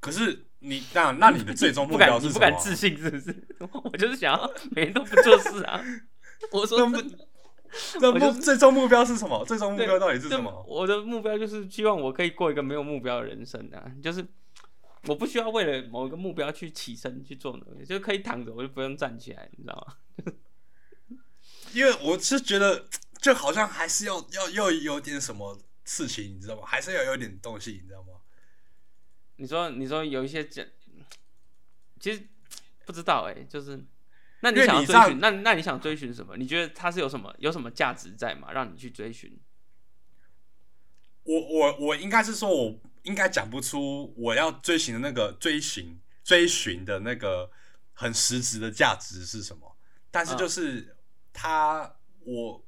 Speaker 2: 可是你那那你的最终目
Speaker 1: 不敢
Speaker 2: 标
Speaker 1: 你
Speaker 2: 是
Speaker 1: 不
Speaker 2: 什么
Speaker 1: 敢
Speaker 2: 啊？
Speaker 1: 自信是不是？ 我就是想要每天都不做事啊。我说
Speaker 2: 那
Speaker 1: 真
Speaker 2: 不
Speaker 1: 的
Speaker 2: 这
Speaker 1: 我就
Speaker 2: 目最终目标是什么？最终目
Speaker 1: 对
Speaker 2: 标到底是
Speaker 1: 对
Speaker 2: 什么？
Speaker 1: 我的目标就是希望我可以过一个没有目标的人生啊，就是我不需要为了某一个目标去起身去做努力，就可以躺着，我就不用站起来，你知道吗？
Speaker 2: 因为我是觉得，就好像还是要要要有点什么事情，你知道吗？还是要有点东西，你知道吗？
Speaker 1: 你说，你说有一些这，其实不知道哎、就是，那你
Speaker 2: 因为
Speaker 1: 想要
Speaker 2: 你
Speaker 1: 追
Speaker 2: 这样
Speaker 1: 寻，那那你想追寻什么？你觉得它是有什么有什么价值在吗？让你去追寻？
Speaker 2: 我我我应该是说，我应该讲不出我要追寻的那个追寻追寻的那个很实质的价值是什么，但是
Speaker 1: 嗯
Speaker 2: 就是他、我，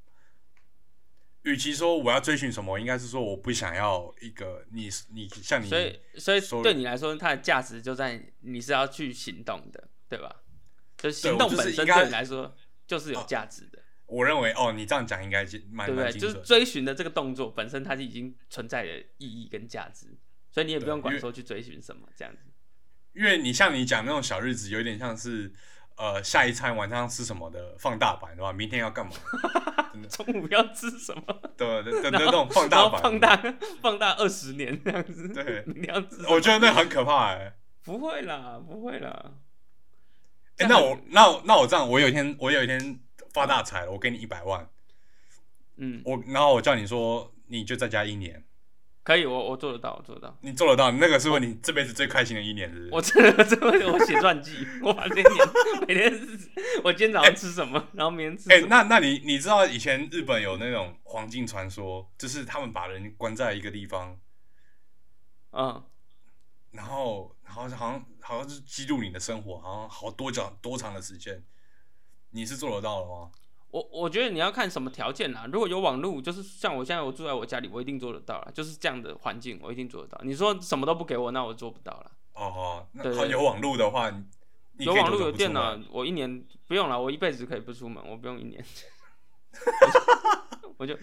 Speaker 2: 与其说我要追寻什么，应该是说我不想要一个你你像你
Speaker 1: 所以，所以
Speaker 2: 所以
Speaker 1: 对你来说，它的价值就在你是要去行动的，对吧？就行
Speaker 2: 我
Speaker 1: 动
Speaker 2: 就是
Speaker 1: 本身
Speaker 2: 应该
Speaker 1: 对你来说就是有价值的。
Speaker 2: 我认为哦，你这样讲应该蛮
Speaker 1: 对不对？
Speaker 2: 蛮精
Speaker 1: 就
Speaker 2: 准
Speaker 1: 是
Speaker 2: 的，
Speaker 1: 追寻的这个动作本身，它是已经存在的意义跟价值，所以你也不
Speaker 2: 对
Speaker 1: 用管
Speaker 2: 因为
Speaker 1: 说去追寻什么这样子。
Speaker 2: 因为你像你讲那种小日子，有点像是呃下一餐晚上吃什么的放大版，对吧？明天 要干嘛？
Speaker 1: 中午要吃什么？
Speaker 2: 对对对，
Speaker 1: 然
Speaker 2: 那
Speaker 1: 后
Speaker 2: 种放
Speaker 1: 然
Speaker 2: 大
Speaker 1: 后
Speaker 2: 版，
Speaker 1: 放大 放大二十年这样子。
Speaker 2: 对
Speaker 1: 你要吃什么
Speaker 2: 我觉得那很可怕哎、欸
Speaker 1: 不会啦，不会啦。
Speaker 2: 欸那我那我那我这样，我有一天我有一天发大财了，我给你一百万，
Speaker 1: 嗯，
Speaker 2: 我然后我叫你说你就在家一年，
Speaker 1: 可以，我我做得到，我做得到。
Speaker 2: 你做得到，那个是不是你这辈子最开心的一年，是不是？
Speaker 1: 我真的真的，我写传记，我把这一年每天是我今天早上吃什么，然后明天吃
Speaker 2: 哎、
Speaker 1: 什么。
Speaker 2: 那那你你知道以前日本有那种黄金传说，就是他们把人关在一个地方，
Speaker 1: 嗯，
Speaker 2: 然后然后好像好像是记录你的生活，好像好多长多长的时间，你是做得到的吗？
Speaker 1: 我我觉得你要看什么条件啦。如果有网路，就是像我现在我住在我家里，我一定做得到啦。就是这样的环境，我一定做得到。你说什么都不给我，那我做不到啦。
Speaker 2: 哦哦，那
Speaker 1: 对对
Speaker 2: 好有网络的话，你你
Speaker 1: 有
Speaker 2: 可以
Speaker 1: 网
Speaker 2: 多久
Speaker 1: 络有
Speaker 2: 不出
Speaker 1: 电脑
Speaker 2: 门，
Speaker 1: 我一年不用了，我一辈子可以不出门，我不用一年。 我就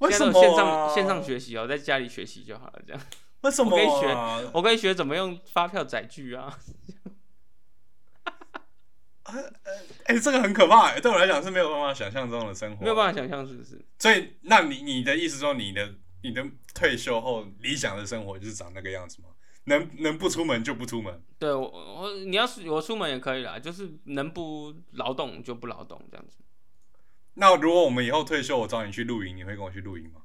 Speaker 2: 为
Speaker 1: 现
Speaker 2: 什
Speaker 1: 在
Speaker 2: 么、
Speaker 1: 都
Speaker 2: 啊、
Speaker 1: 线上线上？学习哦，在家里学习就好了。这样，
Speaker 2: 为什么、
Speaker 1: 我可以
Speaker 2: 啊？
Speaker 1: 我可以学怎么用发票载具啊。
Speaker 2: 哎、这个很可怕、对我来讲是没有办法想象中的生活，
Speaker 1: 没有办
Speaker 2: 法。
Speaker 1: 法想象是不是？
Speaker 2: 所以，那你你的意思说，你的你的退休后理想的生活就是长那个样子吗？能能不出门就不出门，
Speaker 1: 对我我你要是我出门也可以啦，就是能不劳动就不劳动这样子。
Speaker 2: 那如果我们以后退休，我找你去露营，你会跟我去露营吗？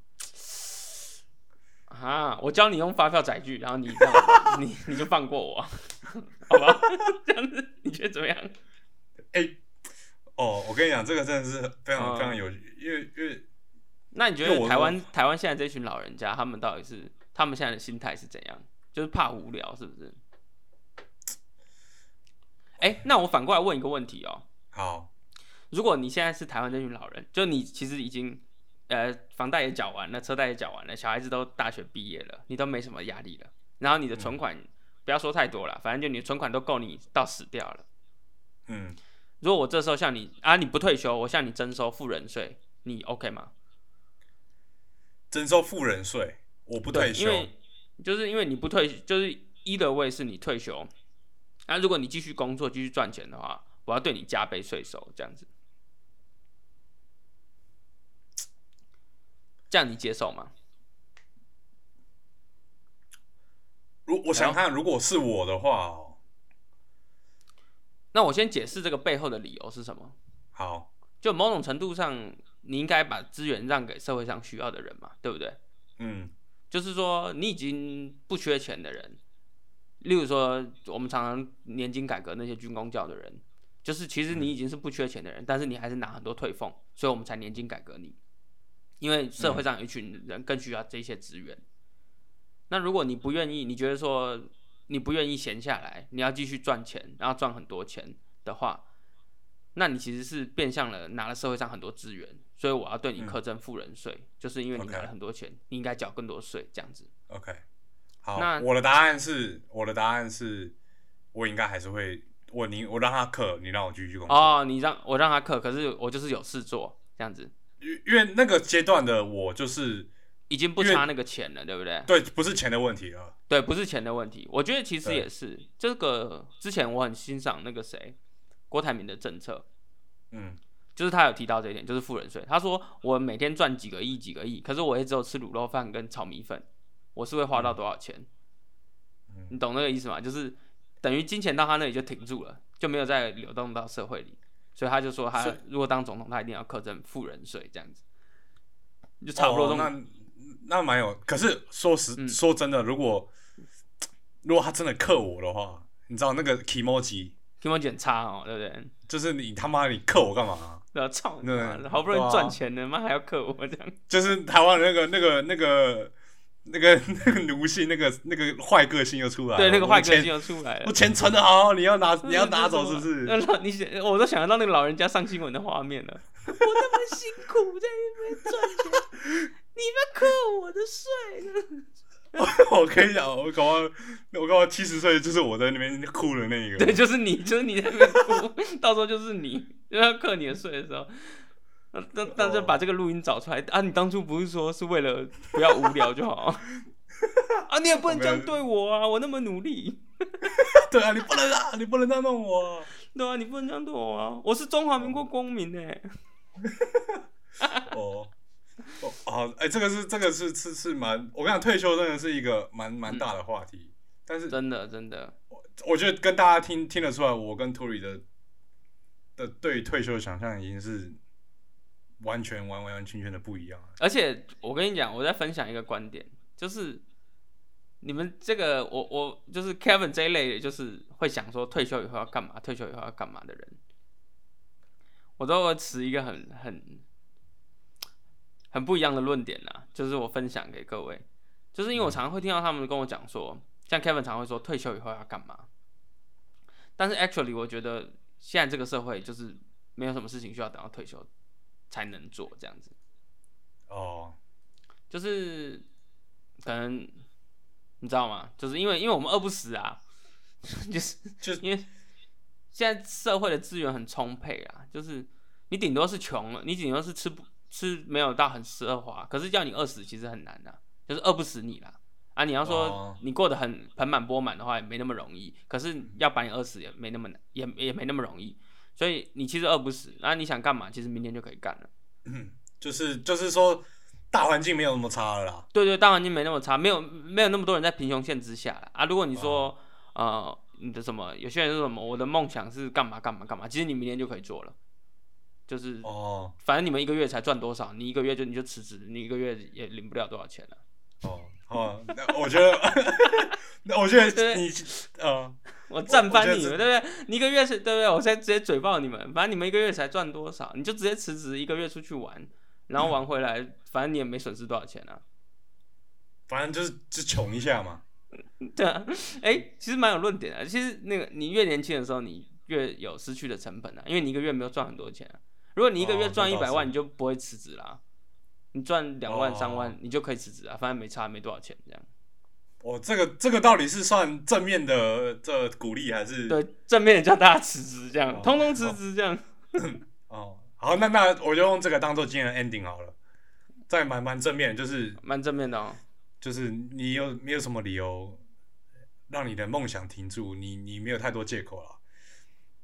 Speaker 1: 啊，我教你用发票载具，然后你这样你你就放过 我，好吧？ 这样子你觉得怎么样？
Speaker 2: 哎、哦，我跟你讲，这个真的是非
Speaker 1: 嗯
Speaker 2: 常、非常有，因为因为
Speaker 1: 那你觉
Speaker 2: 因为
Speaker 1: 得
Speaker 2: 我
Speaker 1: 台湾台湾现在这群老人家，他们到底是他们现在的心态是怎样？就是怕无聊，是不是？哎、那我反过来问一个问题哦、
Speaker 2: 好，
Speaker 1: 如果你现在是台湾这群老人，就你其实已经呃房贷也缴完了，车贷也缴完了，小孩子都大学毕业了，你都没什么压力了，然后你的
Speaker 2: 嗯
Speaker 1: 存款、不要说太多了，反正就你的存款都够你到死掉了。
Speaker 2: 嗯，
Speaker 1: 如果我这时候向你啊，你不退休，我向你征收富人税，你 OK 吗？
Speaker 2: 征收富人税，我不
Speaker 1: 对，因
Speaker 2: 退休，
Speaker 1: 为就是因为你不退，就是一的位是你退休，那、如果你继续工作继续赚钱的话，我要对你加倍税收，这样子，这样你接受吗？
Speaker 2: 如我想看，如果是我的话、哦，
Speaker 1: 那我先解释这个背后的理由是什么。
Speaker 2: 好，
Speaker 1: 就某种程度上，你应该把资源让给社会上需要的人嘛，对不对？
Speaker 2: 嗯
Speaker 1: 就是说你已经不缺钱的人，例如说我们常常年金改革那些军工教的人，就是其实你已经是不缺钱的人，但是你还是拿很多退俸，所以我们才年金改革你，因为社会上有一群人更需要这些资源。那如果你不愿意，你觉得说你不愿意闲下来，你要继续赚钱，然后赚很多钱的话，那你其实是变相了拿了社会上很多资源，所以我要对你
Speaker 2: 嗯
Speaker 1: 课征富人税，就是因为你
Speaker 2: OK
Speaker 1: 拿了很多钱，你应该缴更多税这样子。
Speaker 2: ，OK，好，
Speaker 1: 那
Speaker 2: 我的答案是，我的答案是，我应该还是会，我你我让他克，你让我继续工作，
Speaker 1: 哦，你让我让他克，可是我就是有事做这样子，
Speaker 2: 因因为那个阶段的我就是
Speaker 1: 已经不
Speaker 2: 因为
Speaker 1: 差那个钱了，对不对？
Speaker 2: 对，不是钱的问题了，
Speaker 1: 对，不是钱的问题，我觉得其实
Speaker 2: 对
Speaker 1: 也是这个。之前我很欣赏那个谁，郭台铭的政策，
Speaker 2: 嗯
Speaker 1: 就是他有提到这一点，就是富人税。他说我每天赚几个亿几个亿，可是我也只有吃卤肉饭跟炒米粉，我是会花到多少钱？
Speaker 2: 嗯
Speaker 1: 你懂那个意思吗？就是等于金钱到他那里就停住了，就没有再流动到社会里，所以他就说他
Speaker 2: 是
Speaker 1: 如果当总统，他一定要课征富人税这样子，就差不多
Speaker 2: 哦
Speaker 1: 这种、
Speaker 2: 那那蛮有，可是说实、
Speaker 1: 嗯
Speaker 2: 说真的，如果如果他真的克我的话，你知道那个 emoji
Speaker 1: 听我检查哦，对不对？
Speaker 2: 就是你他妈你克我干嘛啊、
Speaker 1: 然后操你
Speaker 2: 对
Speaker 1: 妈的，好不容
Speaker 2: 对
Speaker 1: 易
Speaker 2: 啊
Speaker 1: 赚钱了，妈、还要克我这样，
Speaker 2: 就是台湾的那个那个那个那个 那个奴性，那个那个坏个性又出来了。
Speaker 1: 对，那个坏个性
Speaker 2: 我钱，
Speaker 1: 又出来
Speaker 2: 我
Speaker 1: 了。
Speaker 2: 钱存的好，你要拿 你要拿走是不
Speaker 1: 呃那
Speaker 2: 是？
Speaker 1: 老你想，我都想得到那个老人家上新闻的画面了。我那么辛苦在那边赚钱，你们扣我的税，
Speaker 2: 我跟你讲，我搞到我搞到七十岁，就是我在那边哭的那个。
Speaker 1: 对，就是你，就是你在那边哭，到时候就是你，就要扣你的税的时候。那那那就把这个录音找出来啊！你当初不是说是为了不要 无聊就好啊？你也不能这样对我啊！我那么努力，
Speaker 2: 对啊，你不能啊，你不能这样弄我。
Speaker 1: 对啊，你不能这样对我啊！我是中华民国公民哎、
Speaker 2: 哦，哦，好，哎，这个是这个是是是蛮，我跟你讲，退休真的是一个蛮蛮大的话题，但是
Speaker 1: 真的真的，
Speaker 2: 我觉得跟大家听听得出来，我跟 Turi 的的对于退休的想象已经是完全完完完全全的不一样了。
Speaker 1: 而且我跟你讲，我再分享一个观点，就是你们这个我我就是 Kevin 这一类，就是会想说退休以后要干嘛，退休以后要干嘛的人，我都会持一个很很很不一样的论点啦，就是我分享给各位，就是因为我常常会听到他们跟我讲说，像 Kevin 常会说退休以后要干嘛，但是 actually 我觉得现在这个社会就是没有什么事情需要等到退休才能做这样子。
Speaker 2: 哦，
Speaker 1: 就是可能你知道吗？就是因为因为我们饿不死啊， 就是
Speaker 2: 就
Speaker 1: 因为现在社会的资源很充沛啊，就是你顶多是穷了，你顶多是吃不吃没有到很奢华，可是叫你饿死其实很难的、就是饿不死你啦。啊，你要说
Speaker 2: 哦
Speaker 1: 你过得很盆满钵满的话，也没那么容易。可是要把你饿死也没那么难，也也没那么容易。所以你其实饿不死，那、你想干嘛，其实明天就可以干了。
Speaker 2: 嗯就是就是说大环境没有那么差了啦。
Speaker 1: 对对，大环境没那么差，没有没有那么多人在贫穷线之下啦啊。如果
Speaker 2: 哦
Speaker 1: 你说、呃你的什么，有些人说什么我的梦想是干嘛干嘛干嘛，其实你明天就可以做了，就是、
Speaker 2: 哦
Speaker 1: 反正你们一个月才赚多少，你一个月就你就辞职，你一个月也领不了多少钱了。
Speaker 2: 哦哦，那我觉得， 那我觉得你呃，
Speaker 1: 我赞翻
Speaker 2: 我觉得
Speaker 1: 你们，
Speaker 2: 这
Speaker 1: 对不对？你一个月是，对不对？我现在直接嘴爆你们，反正你们一个月才赚多少，你就直接辞职，一个月出去玩，
Speaker 2: 嗯
Speaker 1: 然后玩回来，反正你也没损失多少钱啊。
Speaker 2: 反正就是就穷一下嘛。
Speaker 1: 对啊，哎、其实蛮有论点的。其实那个你越年轻的时候，你越有失去的成本啊，因为你一个月没有赚很多钱、啊。如果你一个
Speaker 2: 哦
Speaker 1: 月
Speaker 2: 那
Speaker 1: 赚一
Speaker 2: 倒
Speaker 1: 百
Speaker 2: 是
Speaker 1: 万，你就不会辞职啦。你赚两万、三
Speaker 2: 哦嗯
Speaker 1: 万，你就可以辞职啊，反正没差，没多少钱这样。
Speaker 2: 我这个这个到底是算正面的这鼓励还是
Speaker 1: 对，正面的叫大家辞职，这样，
Speaker 2: 哦
Speaker 1: 通通辞职这样。
Speaker 2: 哦，好，那那我就用这个当做今天的 ending 好了。再蛮蛮正面，就是
Speaker 1: 蛮正面的哦。
Speaker 2: 嗯就是你有没有什么理由让你的梦想停住？你你没有太多借口了，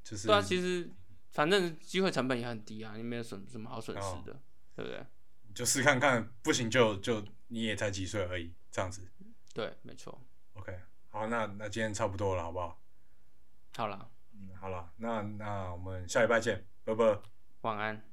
Speaker 2: 就是
Speaker 1: 对啊，其实反正机会成本也很低啊，你没有什么什么好损失
Speaker 2: 哦
Speaker 1: 的，对不对？
Speaker 2: 你就试看看，不行就就你也才几岁而已，这样子。
Speaker 1: 对，没错。
Speaker 2: OK，好，那那今天差不多了，好不好？
Speaker 1: 好了，
Speaker 2: 嗯，好了，那那我们下礼拜见，拜拜。
Speaker 1: 晚安。